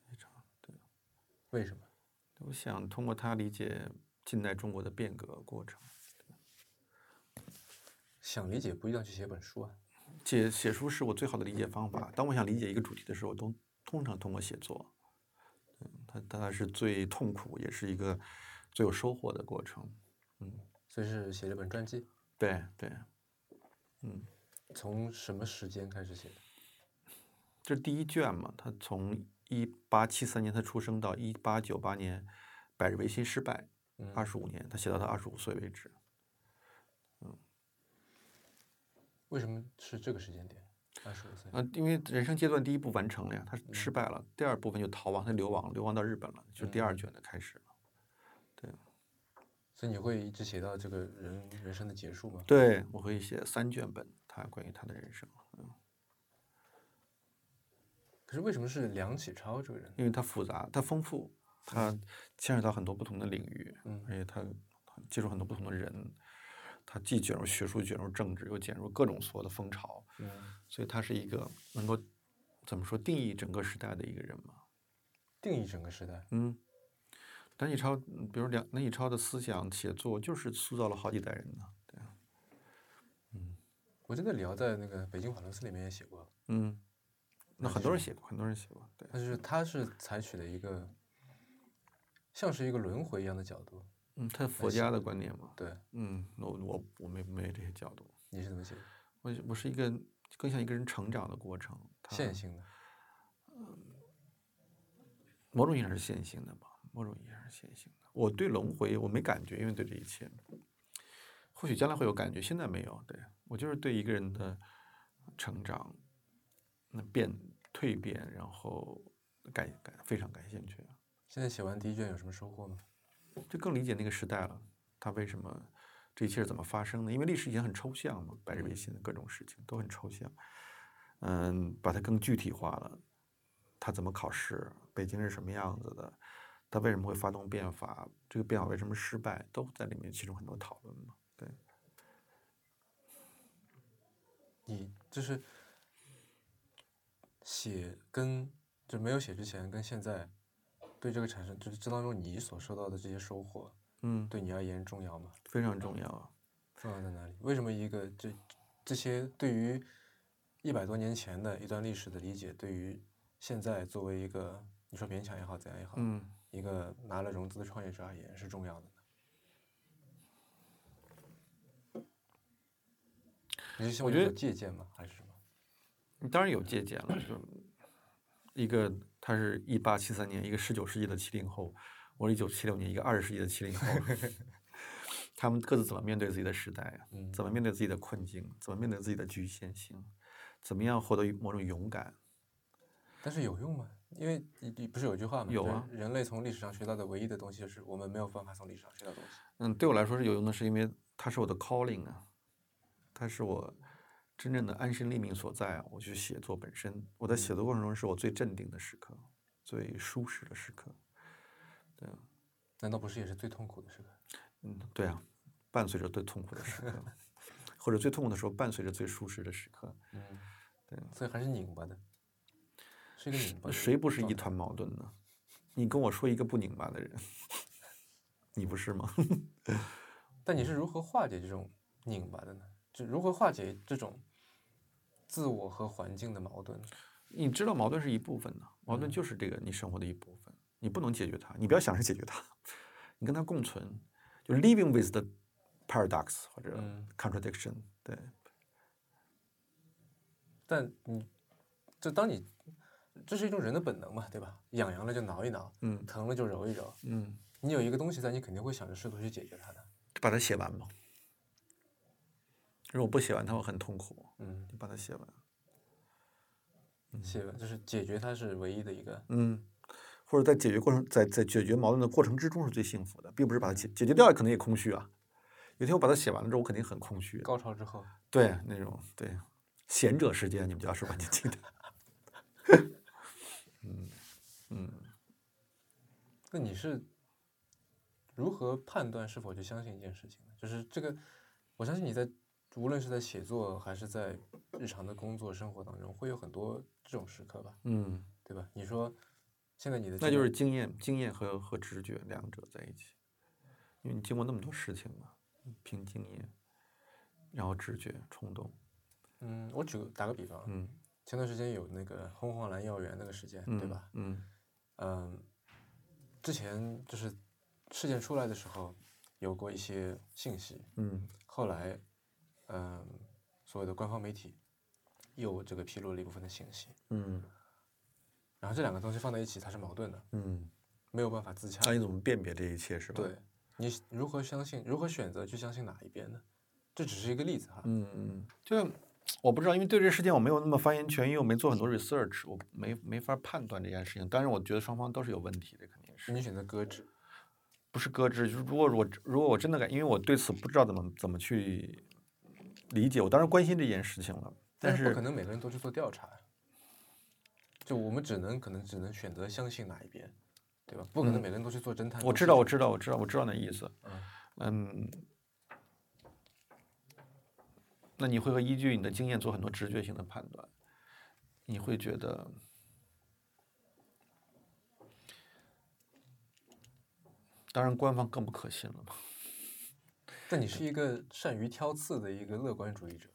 [SPEAKER 2] 梁启超，
[SPEAKER 1] 为什么？
[SPEAKER 2] 我想通过他理解近代中国的变革过程。
[SPEAKER 1] 想理解不一定要去写本书啊。
[SPEAKER 2] 写写书是我最好的理解方法。当我想理解一个主题的时候，我都通常通过写作。嗯，它它是最痛苦，也是一个最有收获的过程。
[SPEAKER 1] 所以是写了本传记，
[SPEAKER 2] 对对，
[SPEAKER 1] 从什么时间开始写的？
[SPEAKER 2] 这是第一卷嘛，他从一八七三年他出生到一八九八年百日维新失败
[SPEAKER 1] 嗯
[SPEAKER 2] 二十五年，他写到他二十五岁为止。
[SPEAKER 1] 为什么是这个时间点？二十五岁。
[SPEAKER 2] 啊，因为人生阶段第一步完成了呀，
[SPEAKER 1] 嗯
[SPEAKER 2] 他失败了，第二部分就逃亡，他流亡，流亡到日本了，就是第二
[SPEAKER 1] 嗯
[SPEAKER 2] 卷的开始了。
[SPEAKER 1] 所以你会一直写到这个人人生的结束吗？
[SPEAKER 2] 对，我会写三卷本，他关于他的人生。
[SPEAKER 1] 可是为什么是梁启超这个人呢？
[SPEAKER 2] 因为它复杂，它丰富，它牵扯到很多不同的领域，
[SPEAKER 1] 嗯
[SPEAKER 2] 而且它接触很多不同的人，它既卷入学术，卷入政治，又卷入各种所有的风潮，
[SPEAKER 1] 嗯，
[SPEAKER 2] 所以他是一个能够怎么说定义整个时代的一个人嘛。
[SPEAKER 1] 定义整个时代。
[SPEAKER 2] 嗯，梁启超，嗯比如梁梁启超的思想写作，就是塑造了好几代人呢。对啊，
[SPEAKER 1] 我记得聊在那个《北京华伦斯》里面也写过，
[SPEAKER 2] 嗯，那
[SPEAKER 1] 那
[SPEAKER 2] 很
[SPEAKER 1] 这
[SPEAKER 2] 多人写过，很多人写过，对，
[SPEAKER 1] 但是他是采取了一个像是一个轮回一样的角度。
[SPEAKER 2] 嗯，他佛家的观念嘛，
[SPEAKER 1] 对，
[SPEAKER 2] 嗯，我我我没没这些角度。
[SPEAKER 1] 你是怎么写的？
[SPEAKER 2] 我我是一个更像一个人成长的过程，它
[SPEAKER 1] 线性的。
[SPEAKER 2] 某种意义上是线性的吧，某种意义上是线性的。我对轮回我没感觉，因为对这一切，或许将来会有感觉，现在没有。对我就是对一个人的成长、那变蜕变，然后感感非常感兴趣，
[SPEAKER 1] 现在写完第一卷有什么收获吗？
[SPEAKER 2] 就更理解那个时代了，它为什么这一切是怎么发生的？因为历史以前很抽象嘛，百日维新的各种事情都很抽象。嗯，把它更具体化了，他怎么考试，北京是什么样子的，他为什么会发动变法，这个变法为什么失败，都在里面其中很多讨论嘛。对，
[SPEAKER 1] 你就是写跟就没有写之前跟现在对这个产生，就是这当中你所收到的这些收获，
[SPEAKER 2] 嗯，
[SPEAKER 1] 对你而言重要吗？
[SPEAKER 2] 非常重要啊。
[SPEAKER 1] 重要在哪里？为什么一个这这些对于一百多年前的一段历史的理解，对于现在作为一个你说勉强也好，怎样也好，
[SPEAKER 2] 嗯
[SPEAKER 1] 一个拿了融资的创业者而言是重要的呢？你是希望
[SPEAKER 2] 我觉
[SPEAKER 1] 有
[SPEAKER 2] 得
[SPEAKER 1] 借鉴吗？还是什么？
[SPEAKER 2] 你当然有借鉴了，就一个他是一八七三年，一个十九世纪的七零后，我一九七六年，一个二十世纪的七零后，他们各自怎么面对自己的时代，啊
[SPEAKER 1] 嗯
[SPEAKER 2] 怎么面对自己的困境，怎么面对自己的局限性，怎么样获得某种勇敢？
[SPEAKER 1] 但是有用吗？因为你你不是有一句话吗？
[SPEAKER 2] 有
[SPEAKER 1] 就是
[SPEAKER 2] 啊
[SPEAKER 1] 人类从历史上学到的唯一的东西就是我们没有办法从历史上学到东西。
[SPEAKER 2] 嗯，对我来说是有用的，是因为它是我的 calling 啊，它是我真正的安身立命所在啊。我去写作本身，我在写作过程中是我最镇定的时刻，最舒适的时刻。
[SPEAKER 1] 难道不是也是最痛苦的时刻？
[SPEAKER 2] 嗯，对啊，伴随着最痛苦的时刻，或者最痛苦的时候伴随着最舒适的时刻。
[SPEAKER 1] 嗯，
[SPEAKER 2] 对，
[SPEAKER 1] 所以还是拧巴的，是一个拧巴的。
[SPEAKER 2] 谁不是一？团矛盾呢？你跟我说一个不拧巴的人，你不是吗？
[SPEAKER 1] 但你是如何化解这种拧巴的呢？就如何化解这种自我和环境的矛盾呢？
[SPEAKER 2] 你知道矛盾是一部分呢，矛盾就是这个你生活的一部分，你不能解决它，你不要想着解决它， 你跟它共存，就 living with the paradox 或者
[SPEAKER 1] 嗯
[SPEAKER 2] contradiction，、对，
[SPEAKER 1] 但你，就当你，这是一种人的本能嘛，对吧？痒痒了就挠一挠，
[SPEAKER 2] 嗯
[SPEAKER 1] 疼了就揉一揉。
[SPEAKER 2] 嗯，
[SPEAKER 1] 你有一个东西在，你肯定会想着试图去解决它的。
[SPEAKER 2] 就把它写完吧。如果不写完它，我很痛苦，
[SPEAKER 1] 嗯，
[SPEAKER 2] 你把它写完，
[SPEAKER 1] 解就是解决它是唯一的一个。
[SPEAKER 2] 嗯，或者在解决过程，在在解决矛盾的过程之中是最幸福的，并不是把它解解决掉，可能也空虚啊。有一天我把它写完了之后，我肯定很空虚，
[SPEAKER 1] 高潮之后，
[SPEAKER 2] 对，那种对，贤者时间，你们家是吧？你记得？ 嗯嗯，
[SPEAKER 1] 那你是如何判断是否去相信一件事情呢？就是这个，我相信你在无论是在写作还是在日常的工作生活当中，会有很多这种时刻吧，
[SPEAKER 2] 嗯，
[SPEAKER 1] 对吧？你说现在你的
[SPEAKER 2] 那
[SPEAKER 1] 这
[SPEAKER 2] 就
[SPEAKER 1] 个
[SPEAKER 2] 是经验、经验和和直觉两者在一起，因为你经过那么多事情嘛，凭经验，然后直觉、冲动，
[SPEAKER 1] 嗯，我举个打个比方，
[SPEAKER 2] 嗯，
[SPEAKER 1] 前段时间有那个红黄蓝幼儿园那个事件，对
[SPEAKER 2] 嗯
[SPEAKER 1] 吧？？
[SPEAKER 2] 嗯
[SPEAKER 1] 嗯，之前就是事件出来的时候有过一些信息，
[SPEAKER 2] 嗯
[SPEAKER 1] 后来，嗯，所有的官方媒体又这个披露了一部分的信息，
[SPEAKER 2] 嗯
[SPEAKER 1] 然后这两个东西放在一起，它是矛盾的，
[SPEAKER 2] 嗯，
[SPEAKER 1] 没有办法自洽。
[SPEAKER 2] 那你怎么辨别这一切是吧？
[SPEAKER 1] 对，你是如何相信，如何选择去相信哪一边呢？这只是一个例子哈。
[SPEAKER 2] 嗯，嗯，就我不知道，因为对这事件我没有那么发言权，因为我没做很多 research，我没没法判断这件事情。但是我觉得双方都是有问题的，肯定是
[SPEAKER 1] 你选择搁置，
[SPEAKER 2] 不是搁置。就是如果我如果我真的感，因为我对此不知道怎么怎么去理解，我当然关心这件事情了，但
[SPEAKER 1] 是不可
[SPEAKER 2] 是
[SPEAKER 1] 能每个人都去做调查，就我们只能可能只能选择相信哪一边，对吧？不可能每个人都去做侦探。
[SPEAKER 2] 嗯我
[SPEAKER 1] 都
[SPEAKER 2] 知
[SPEAKER 1] 去
[SPEAKER 2] 道，
[SPEAKER 1] 做
[SPEAKER 2] 我知道，我知道，我知道那意思。
[SPEAKER 1] 嗯
[SPEAKER 2] 嗯，那你会和依据你的经验做很多直觉性的判断，你会觉得，当然官方更不可信了嘛。
[SPEAKER 1] 但你是一个善于挑刺的一个乐观主义者，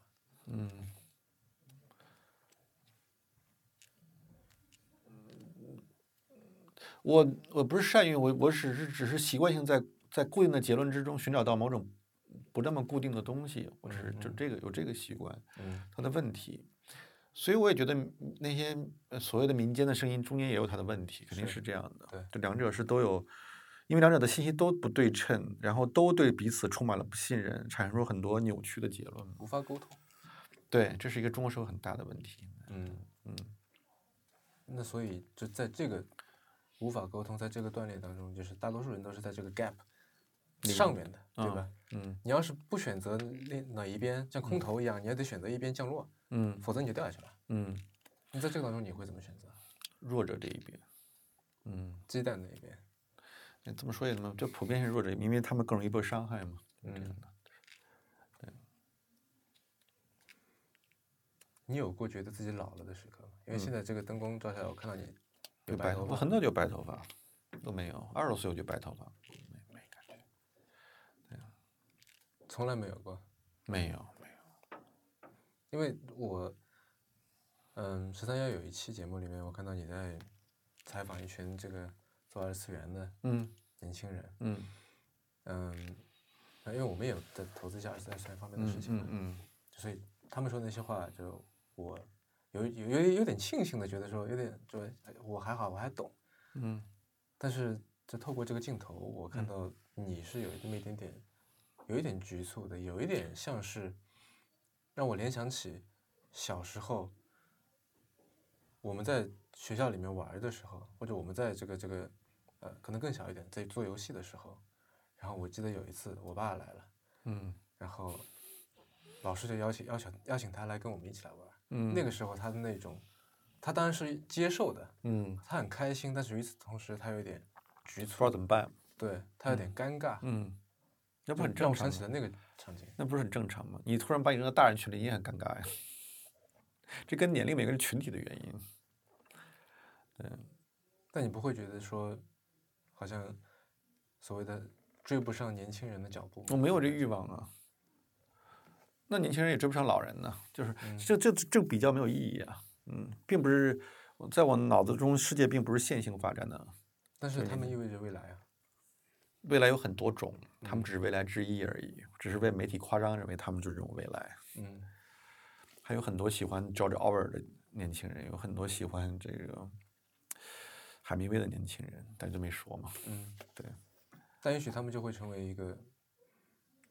[SPEAKER 2] 我我不是善于我我只是只是习惯性在在固定的结论之中寻找到某种不那么固定的东西，我只是就这个有这个习惯。
[SPEAKER 1] 嗯
[SPEAKER 2] 它的问题。所以我也觉得那些呃所谓的民间的声音中间也有它的问题，肯定
[SPEAKER 1] 是嗯
[SPEAKER 2] 是这样的。
[SPEAKER 1] 对
[SPEAKER 2] 这两者是都有，因为两者的信息都不对称，然后都对彼此充满了不信任，产生出很多扭曲的结论嘛。
[SPEAKER 1] 无法沟通，
[SPEAKER 2] 对，这是一个中国社会很大的问题。
[SPEAKER 1] 嗯。
[SPEAKER 2] 嗯，
[SPEAKER 1] 那所以就在这个无法沟通，在这个断裂当中，就是大多数人都是在这个 gap
[SPEAKER 2] 里
[SPEAKER 1] 上面的，对
[SPEAKER 2] 啊
[SPEAKER 1] 吧？？
[SPEAKER 2] 嗯
[SPEAKER 1] 你要是不选择那哪一边，像空投一样，你还得选择一边降落，
[SPEAKER 2] 嗯
[SPEAKER 1] 否则你就掉下去了。
[SPEAKER 2] 嗯，
[SPEAKER 1] 那在这个当中，你会怎么选择？
[SPEAKER 2] 弱者这一边，嗯，
[SPEAKER 1] 鸡蛋那一边，
[SPEAKER 2] 哎这么说也能，就普遍是弱者，因为他们更容易被伤害嘛。这样
[SPEAKER 1] 嗯
[SPEAKER 2] 的，
[SPEAKER 1] 你有过觉得自己老了的时刻吗？因为现在这个灯光照下来，我看到你有
[SPEAKER 2] 嗯有白
[SPEAKER 1] 头
[SPEAKER 2] 头
[SPEAKER 1] 发
[SPEAKER 2] 发，，很早就有白头发了，都没有，二十岁我就白头发了，没没感觉。
[SPEAKER 1] 从来没有过。
[SPEAKER 2] 没有，没有。
[SPEAKER 1] 因为我嗯，十三幺有一期节目里面，我看到你在采访一群这个做二次元的
[SPEAKER 2] 嗯
[SPEAKER 1] 年轻人，
[SPEAKER 2] 嗯
[SPEAKER 1] 嗯，那因为我们也在投资一下二次二次元方面的事
[SPEAKER 2] 嗯
[SPEAKER 1] 情嘛，
[SPEAKER 2] 嗯嗯，
[SPEAKER 1] 所以他们说那些话，就我有有有有点庆幸的觉得说，有点就哎我还好，我还懂，
[SPEAKER 2] 嗯
[SPEAKER 1] 但是就透过这个镜头，我看到你是有那么一点点，有一点局促的，有一点像是让我联想起小时候我们在学校里面玩儿的时候，或者我们在这个这个呃可能更小一点，在做游戏的时候，然后我记得有一次我爸来了，
[SPEAKER 2] 嗯
[SPEAKER 1] 然后老师就邀请邀请邀请他来跟我们一起来玩儿，
[SPEAKER 2] 嗯，
[SPEAKER 1] 那个时候他的那种，他当然是接受的，
[SPEAKER 2] 嗯，
[SPEAKER 1] 他很开心，但是与此同时，他有一点局
[SPEAKER 2] 不知道
[SPEAKER 1] 促，
[SPEAKER 2] 怎么办，
[SPEAKER 1] 对他有点尴尬，
[SPEAKER 2] 嗯，
[SPEAKER 1] 那
[SPEAKER 2] 那不很
[SPEAKER 1] 让
[SPEAKER 2] 正
[SPEAKER 1] 我想
[SPEAKER 2] 常啊
[SPEAKER 1] 起
[SPEAKER 2] 吗？
[SPEAKER 1] 了那个场景。
[SPEAKER 2] 那不是很正常吗？你突然把你扔到大人群里，你也很尴尬呀。 这跟年龄每个人群体的原因，
[SPEAKER 1] 但你不会觉得说，好像所谓的追不上年轻人的脚步吗？
[SPEAKER 2] 我没有这
[SPEAKER 1] 种
[SPEAKER 2] 欲望啊。那年轻人也追不上老人呢，就是这这这个比较没有意义啊。嗯，并不是我在我脑子中，世界并不是线性发展的，
[SPEAKER 1] 感觉，但是
[SPEAKER 2] 对
[SPEAKER 1] 他们意味着未来啊。
[SPEAKER 2] 未来有很多种，他们只是未来之一而已，只是被媒体夸张认为他们就是这种未来。
[SPEAKER 1] 嗯
[SPEAKER 2] 还有很多喜欢 George Orwell 的年轻人，有很多喜欢这个海明威的年轻人，但就没说嘛。
[SPEAKER 1] 嗯，
[SPEAKER 2] 对。
[SPEAKER 1] 但也许他们就会成为一个，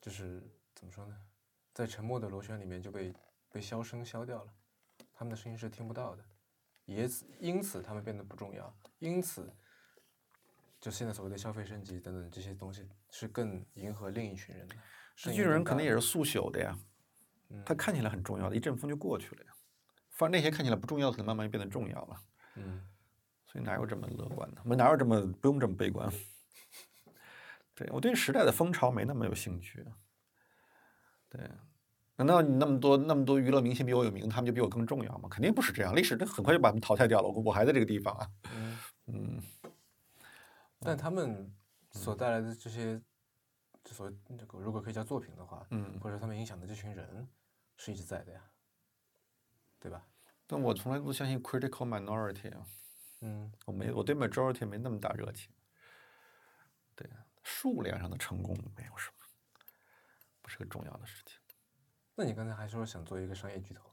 [SPEAKER 1] 就是怎么说呢，在沉默的螺旋里面就被被消声消掉了，他们的声音是听不到的，也此因此他们变得不重要，因此就现在所谓的消费升级等等这些东西是更迎合另一群人的。
[SPEAKER 2] 这
[SPEAKER 1] 声
[SPEAKER 2] 群
[SPEAKER 1] 音更
[SPEAKER 2] 人可能
[SPEAKER 1] 大
[SPEAKER 2] 也是速朽的呀，
[SPEAKER 1] 嗯
[SPEAKER 2] 他看起来很重要的，一阵风就过去了呀。反而那些看起来不重要的，可能慢慢就变得重要了。
[SPEAKER 1] 嗯
[SPEAKER 2] 所以哪有这么乐观的？我哪有这么不用这么悲观？ 对我对时代的风潮没那么有兴趣。对，难道你那么多那么多娱乐明星比我有名，他们就比我更重要吗？肯定不是这样，历史这很快就把他们淘汰掉了。我我还在这个地方啊。
[SPEAKER 1] 嗯，
[SPEAKER 2] 嗯
[SPEAKER 1] 但他们所带来的这些，这所谓这个如果可以叫作品的话，
[SPEAKER 2] 嗯，
[SPEAKER 1] 或者他们影响的这群人是一直在的呀，对吧？
[SPEAKER 2] 但我从来不相信 critical minority 啊，
[SPEAKER 1] 嗯
[SPEAKER 2] 我没我对 majority 没那么大热情。对，数量上的成功没有什么，不是个重要的事情。，
[SPEAKER 1] 那你刚才还说想做一个商业巨头，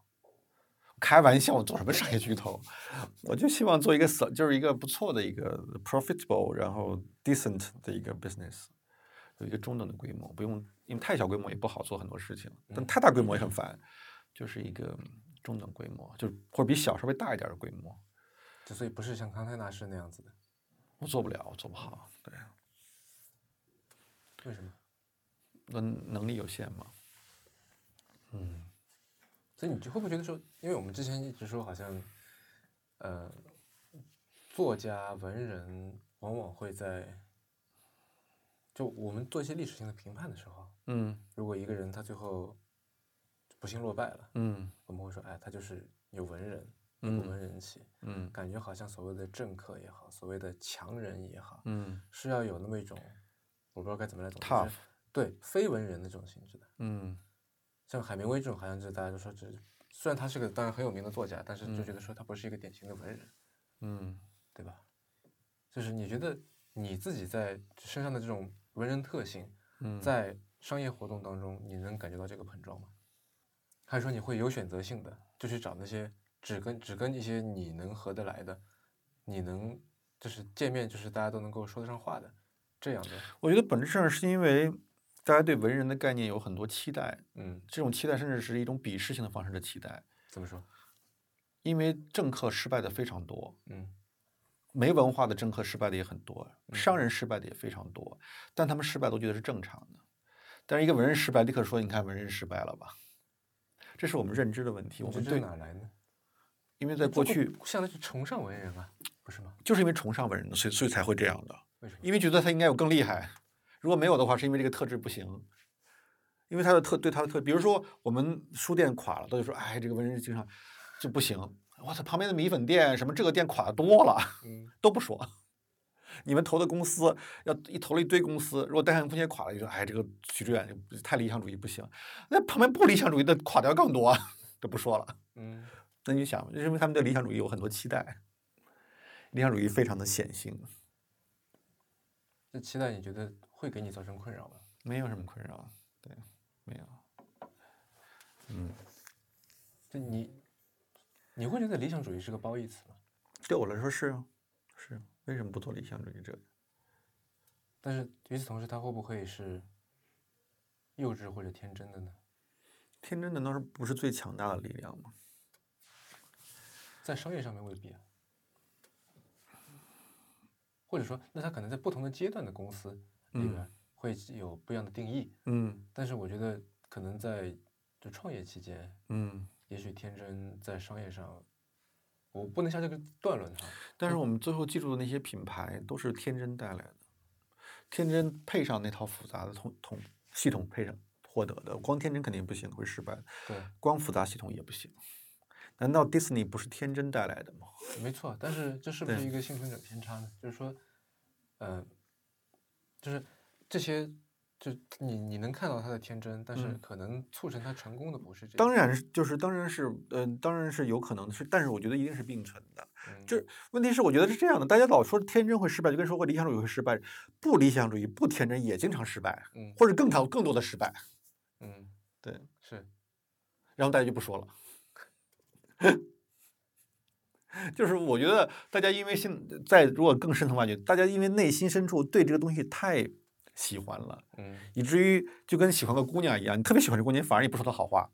[SPEAKER 2] 开玩笑，我做什么商业巨头？我就希望做一个 so- 就是一个不错的一个 profitable，然后 decent 的一个 business，有一个中等的规模，不用因为太小规模也不好做很多事情，但太大规模也很烦，就是一个中等规模，就是或者比小稍微大一点的规模，
[SPEAKER 1] 之所以不是像康泰纳仕那样子的，
[SPEAKER 2] 我做不了，我做不好，对，
[SPEAKER 1] 为什么？
[SPEAKER 2] 能能力有限嘛，
[SPEAKER 1] 所以你就会不会觉得说，因为我们之前一直说好像，呃，作家文人往往会在，就我们做一些历史性的评判的时候，
[SPEAKER 2] 嗯
[SPEAKER 1] 如果一个人他最后不幸落败了，
[SPEAKER 2] 嗯
[SPEAKER 1] 我们会说，哎，他就是有文人，有
[SPEAKER 2] 嗯
[SPEAKER 1] 文人气，
[SPEAKER 2] 嗯
[SPEAKER 1] 感觉好像所谓的政客也好，所谓的强人也好，
[SPEAKER 2] 嗯
[SPEAKER 1] 是要有那么一种，我不知道该怎么来总结
[SPEAKER 2] Tough
[SPEAKER 1] 是对非文人的这种性质的。
[SPEAKER 2] 嗯
[SPEAKER 1] 像海明威这种，好像就大家就说这，虽然他是个当然很有名的作家，但是就觉得说他不是一个典型的文人，
[SPEAKER 2] 嗯，
[SPEAKER 1] 对吧？就是你觉得你自己在身上的这种文人特性，
[SPEAKER 2] 嗯
[SPEAKER 1] 在商业活动当中，你能感觉到这个碰撞吗？还是说你会有选择性的，就去找那些只跟只跟一些你能合得来的，你能就是见面就是大家都能够说得上话的这样的，
[SPEAKER 2] 我觉得本质上是因为大家对文人的概念有很多期待，
[SPEAKER 1] 嗯，
[SPEAKER 2] 这种期待甚至是一种鄙视性的方式的期待，
[SPEAKER 1] 怎么说？
[SPEAKER 2] 因为政客失败的非常多，
[SPEAKER 1] 嗯
[SPEAKER 2] 没文化的政客失败的也很多，商人失败的也非常多，但他们失败都觉得是正常的，但是一个文人失败，立刻说你看文人失败了吧，这是我们认知的问题，我
[SPEAKER 1] 你这
[SPEAKER 2] 们
[SPEAKER 1] 这
[SPEAKER 2] 对，
[SPEAKER 1] 哪来呢？
[SPEAKER 2] 因为在过去
[SPEAKER 1] 向来是崇尚文人啊，不是吗？
[SPEAKER 2] 就是因为崇尚文人，所以所以才会这样的，
[SPEAKER 1] 为什么？
[SPEAKER 2] 因为觉得他应该有更厉害，如果没有的话，是因为这个特质不行。因为他的特对他的特，比如说我们书店垮了，他就说：“哎，这个文人经常就不行。”我操，旁边的米粉店什么这个店垮的多了，
[SPEAKER 1] 嗯
[SPEAKER 2] 都不说。你们投的公司要一投了一堆公司，如果单向空间垮了，就说：“哎，这个许志远太理想主义不行。”那旁边不理想主义的垮掉更多，都不说了。
[SPEAKER 1] 嗯
[SPEAKER 2] 那你想，这说明他们对理想主义有很多期待，理想主义非常的显性，
[SPEAKER 1] 这期待你觉得会给你造成困扰吗？
[SPEAKER 2] 没有什么困扰，对，没有，嗯，
[SPEAKER 1] 就你，你会觉得理想主义是个褒义词吗？
[SPEAKER 2] 对我来说是啊，是啊为什么不做理想主义者？
[SPEAKER 1] 但是与此同时，它会不会是幼稚或者天真的呢？
[SPEAKER 2] 天真难道是不是最强大的力量吗？
[SPEAKER 1] 在商业上面未必啊，或者说，那它可能在不同的阶段的公司里
[SPEAKER 2] 嗯
[SPEAKER 1] 边会有不一样的定义。
[SPEAKER 2] 嗯
[SPEAKER 1] 但是我觉得，可能在就创业期间，
[SPEAKER 2] 嗯。
[SPEAKER 1] 也许天真在商业上，我不能下这个断论哈。
[SPEAKER 2] 但是我们最后记住的那些品牌都是天真带来的，天真配上那套复杂的统统系统配上获得的，光天真肯定不行，会失败的。
[SPEAKER 1] 对，
[SPEAKER 2] 光复杂系统也不行。难道 Disney 不是天真带来的吗？
[SPEAKER 1] 没错。但是这是不是
[SPEAKER 2] 对
[SPEAKER 1] 一个幸存者偏差呢？就是说，呃，就是这些，就你你能看到他的天真，但是
[SPEAKER 2] 嗯
[SPEAKER 1] 可能促成他成功的不是这个。
[SPEAKER 2] 当然是，就是当然是，呃，当然是有可能的是，但是我觉得一定是并存的。
[SPEAKER 1] 嗯，
[SPEAKER 2] 就是问题是，我觉得是这样的，大家老说天真会失败，就跟说过理想主义会失败，不理想主义、不天真也经常失败，
[SPEAKER 1] 嗯
[SPEAKER 2] 或者更长更多的失败。
[SPEAKER 1] 嗯
[SPEAKER 2] 对，
[SPEAKER 1] 是
[SPEAKER 2] 然后大家就不说了。 就是我觉得大家因为现在如果更深层挖掘，大家因为内心深处对这个东西太喜欢了，
[SPEAKER 1] 嗯
[SPEAKER 2] 以至于就跟喜欢个姑娘一样，你特别喜欢这姑娘，反而也不说她好话。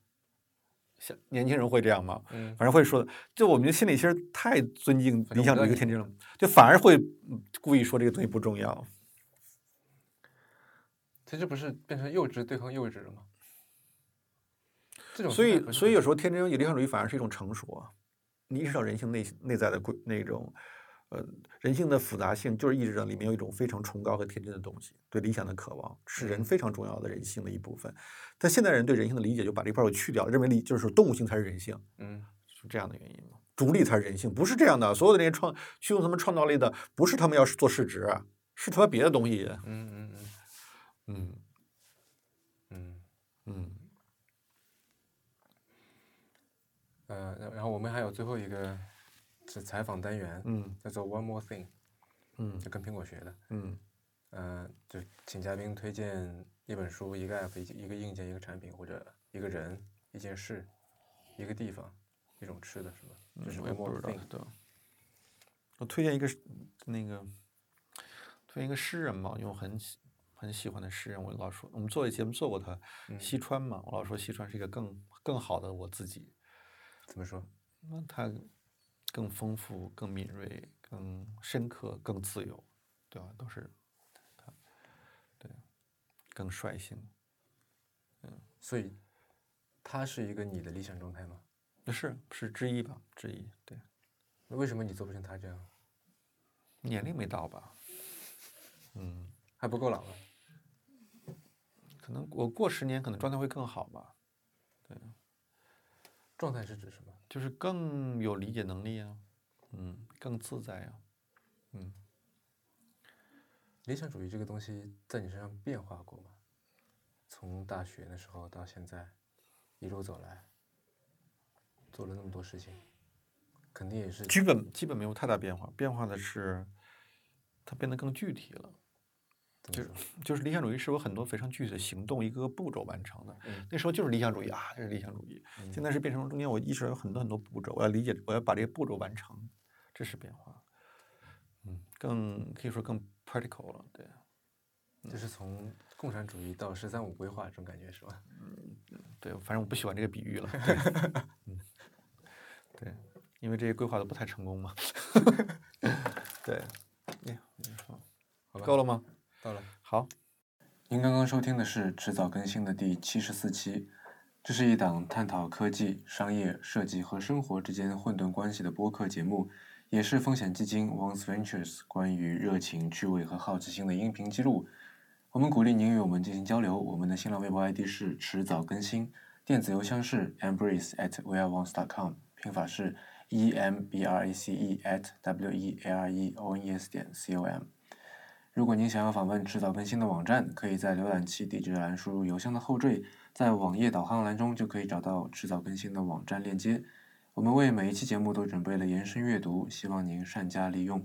[SPEAKER 2] 像年轻人会这样吗？
[SPEAKER 1] 嗯
[SPEAKER 2] 反而会说，就我们这心里其实太尊敬
[SPEAKER 1] 反正
[SPEAKER 2] 理想
[SPEAKER 1] 我
[SPEAKER 2] 主
[SPEAKER 1] 知道
[SPEAKER 2] 义和天真了，就反而会嗯故意说这个东西不重要。
[SPEAKER 1] 所以这不是变成幼稚对抗幼稚了吗？这种
[SPEAKER 2] 所
[SPEAKER 1] 心态
[SPEAKER 2] 以，
[SPEAKER 1] 不是
[SPEAKER 2] 所以
[SPEAKER 1] 很
[SPEAKER 2] 有时候天真与理想主义反而是一种成熟啊。你意识到人性内心内在的规那种，呃，人性的复杂性，就是意识到里面有一种非常崇高和天真的东西，对理想的渴望是人非常重要的人性的一部分。但现代人对人性的理解就把这块儿给去掉了，认为理就是动物性才是人性，
[SPEAKER 1] 嗯
[SPEAKER 2] 是这样的原因吗？逐利才是人性，不是这样的。所有的那些创驱动他们创造力的，不是他们要做市值啊，是他妈别的东西。
[SPEAKER 1] 嗯嗯嗯
[SPEAKER 2] 嗯
[SPEAKER 1] 嗯
[SPEAKER 2] 嗯，
[SPEAKER 1] 呃，然然后我们还有最后一个是采访单元，
[SPEAKER 2] 嗯
[SPEAKER 1] 叫做 One More Thing，
[SPEAKER 2] 嗯
[SPEAKER 1] 就跟苹果学的，
[SPEAKER 2] 嗯
[SPEAKER 1] 呃，就请嘉宾推荐一本书、一个 app、一一个硬件、一个产品或者一个人、一件事、一个地方、一种吃的什么，
[SPEAKER 2] 嗯
[SPEAKER 1] 就是
[SPEAKER 2] 我也
[SPEAKER 1] One
[SPEAKER 2] 不
[SPEAKER 1] More
[SPEAKER 2] 知道
[SPEAKER 1] Thing。。
[SPEAKER 2] 对，我推荐一个是那个，推荐一个诗人嘛，因为我很喜很喜欢的诗人，我老说我们做一节目做过他，
[SPEAKER 1] 嗯
[SPEAKER 2] 西川嘛，我老说西川是一个更更好的我自己，
[SPEAKER 1] 怎么说？
[SPEAKER 2] 那他更丰富、更敏锐、更深刻、更自由，对吧？都是他，对，更率性。
[SPEAKER 1] 所以它是一个你的理想状态吗？
[SPEAKER 2] 那是是之一吧，之一。对，
[SPEAKER 1] 那为什么你做不成他这样？
[SPEAKER 2] 年龄没到吧？
[SPEAKER 1] 还不够老吗？
[SPEAKER 2] 可能我过十年，可能状态会更好吧。
[SPEAKER 1] 状态是指什么？
[SPEAKER 2] 就是更有理解能力啊，嗯，更自在啊，
[SPEAKER 1] 理想主义这个东西在你身上变化过吗？从大学那时候到现在，一路走来，做了那么多事情，肯定也是
[SPEAKER 2] 基本基本没有太大变化，变化的是它变得更具体了。
[SPEAKER 1] 怎么说？
[SPEAKER 2] 就是理想主义是有很多非常具体的行动，一个个步骤完成的。
[SPEAKER 1] 嗯
[SPEAKER 2] 那时候就是理想主义啊，这是理想主义。现在是变成了中间我意识到有很多很多步骤，我要理解，我要把这个步骤完成，这是变化。嗯，更可以说更 practical 了，对。
[SPEAKER 1] 就是从共产主义到“十三五”规划这种感觉是吧？
[SPEAKER 2] 对，反正我不喜欢这个比喻了。 对嗯，对，因为这些规划都不太成功嘛。 对，哎，你说
[SPEAKER 1] 好吧
[SPEAKER 2] 够了吗？
[SPEAKER 1] 到了。
[SPEAKER 2] 好，
[SPEAKER 1] 您刚刚收听的是迟早更新的第七十四期，这是一档探讨科技、商业、设计和生活之间混沌关系的播客节目，也是风险基金 Once Ventures 关于热情、趣味和好奇心的音频记录。我们鼓励您与我们进行交流，我们的新浪微博 ID 是迟早更新，电子邮箱是 embrace at weareones.com，拼法是 e m b r a c e at w e a r e o n e s 点 c o m。如果您想要访问迟早更新的网站，可以在浏览器地址栏输入邮箱的后缀，在网页导航栏中就可以找到迟早更新的网站链接。我们为每一期节目都准备了延伸阅读，希望您善加利用。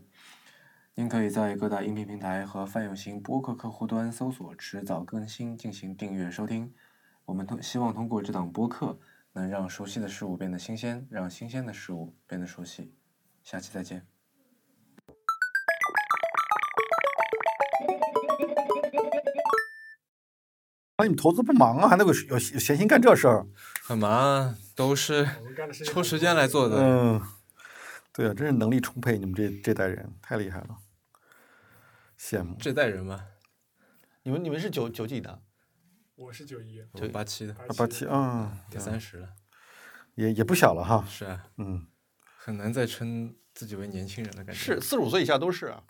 [SPEAKER 1] 您可以在各大音频平台和泛用型播客客户端搜索“迟早更新”进行订阅收听。我们通希望通过这档播客，能让熟悉的事物变得新鲜，让新鲜的事物变得熟悉。下期再见。
[SPEAKER 2] 啊，你们投资不忙啊，还能有有闲心干这事儿？
[SPEAKER 1] 很忙啊，都是抽时间来做的。
[SPEAKER 2] 嗯，对啊，真是能力充沛，你们这这代人太厉害了，羡慕。
[SPEAKER 1] 这代人嘛，
[SPEAKER 2] 你们你们是九九几的？
[SPEAKER 3] 我是九一，
[SPEAKER 1] 我嗯八七的，
[SPEAKER 3] 八
[SPEAKER 2] 八七啊，
[SPEAKER 1] 快三十了，
[SPEAKER 2] 也也不小了哈。
[SPEAKER 1] 是啊，
[SPEAKER 2] 嗯，
[SPEAKER 1] 很难再称自己为年轻人了，感觉
[SPEAKER 2] 是四十五岁以下都是啊。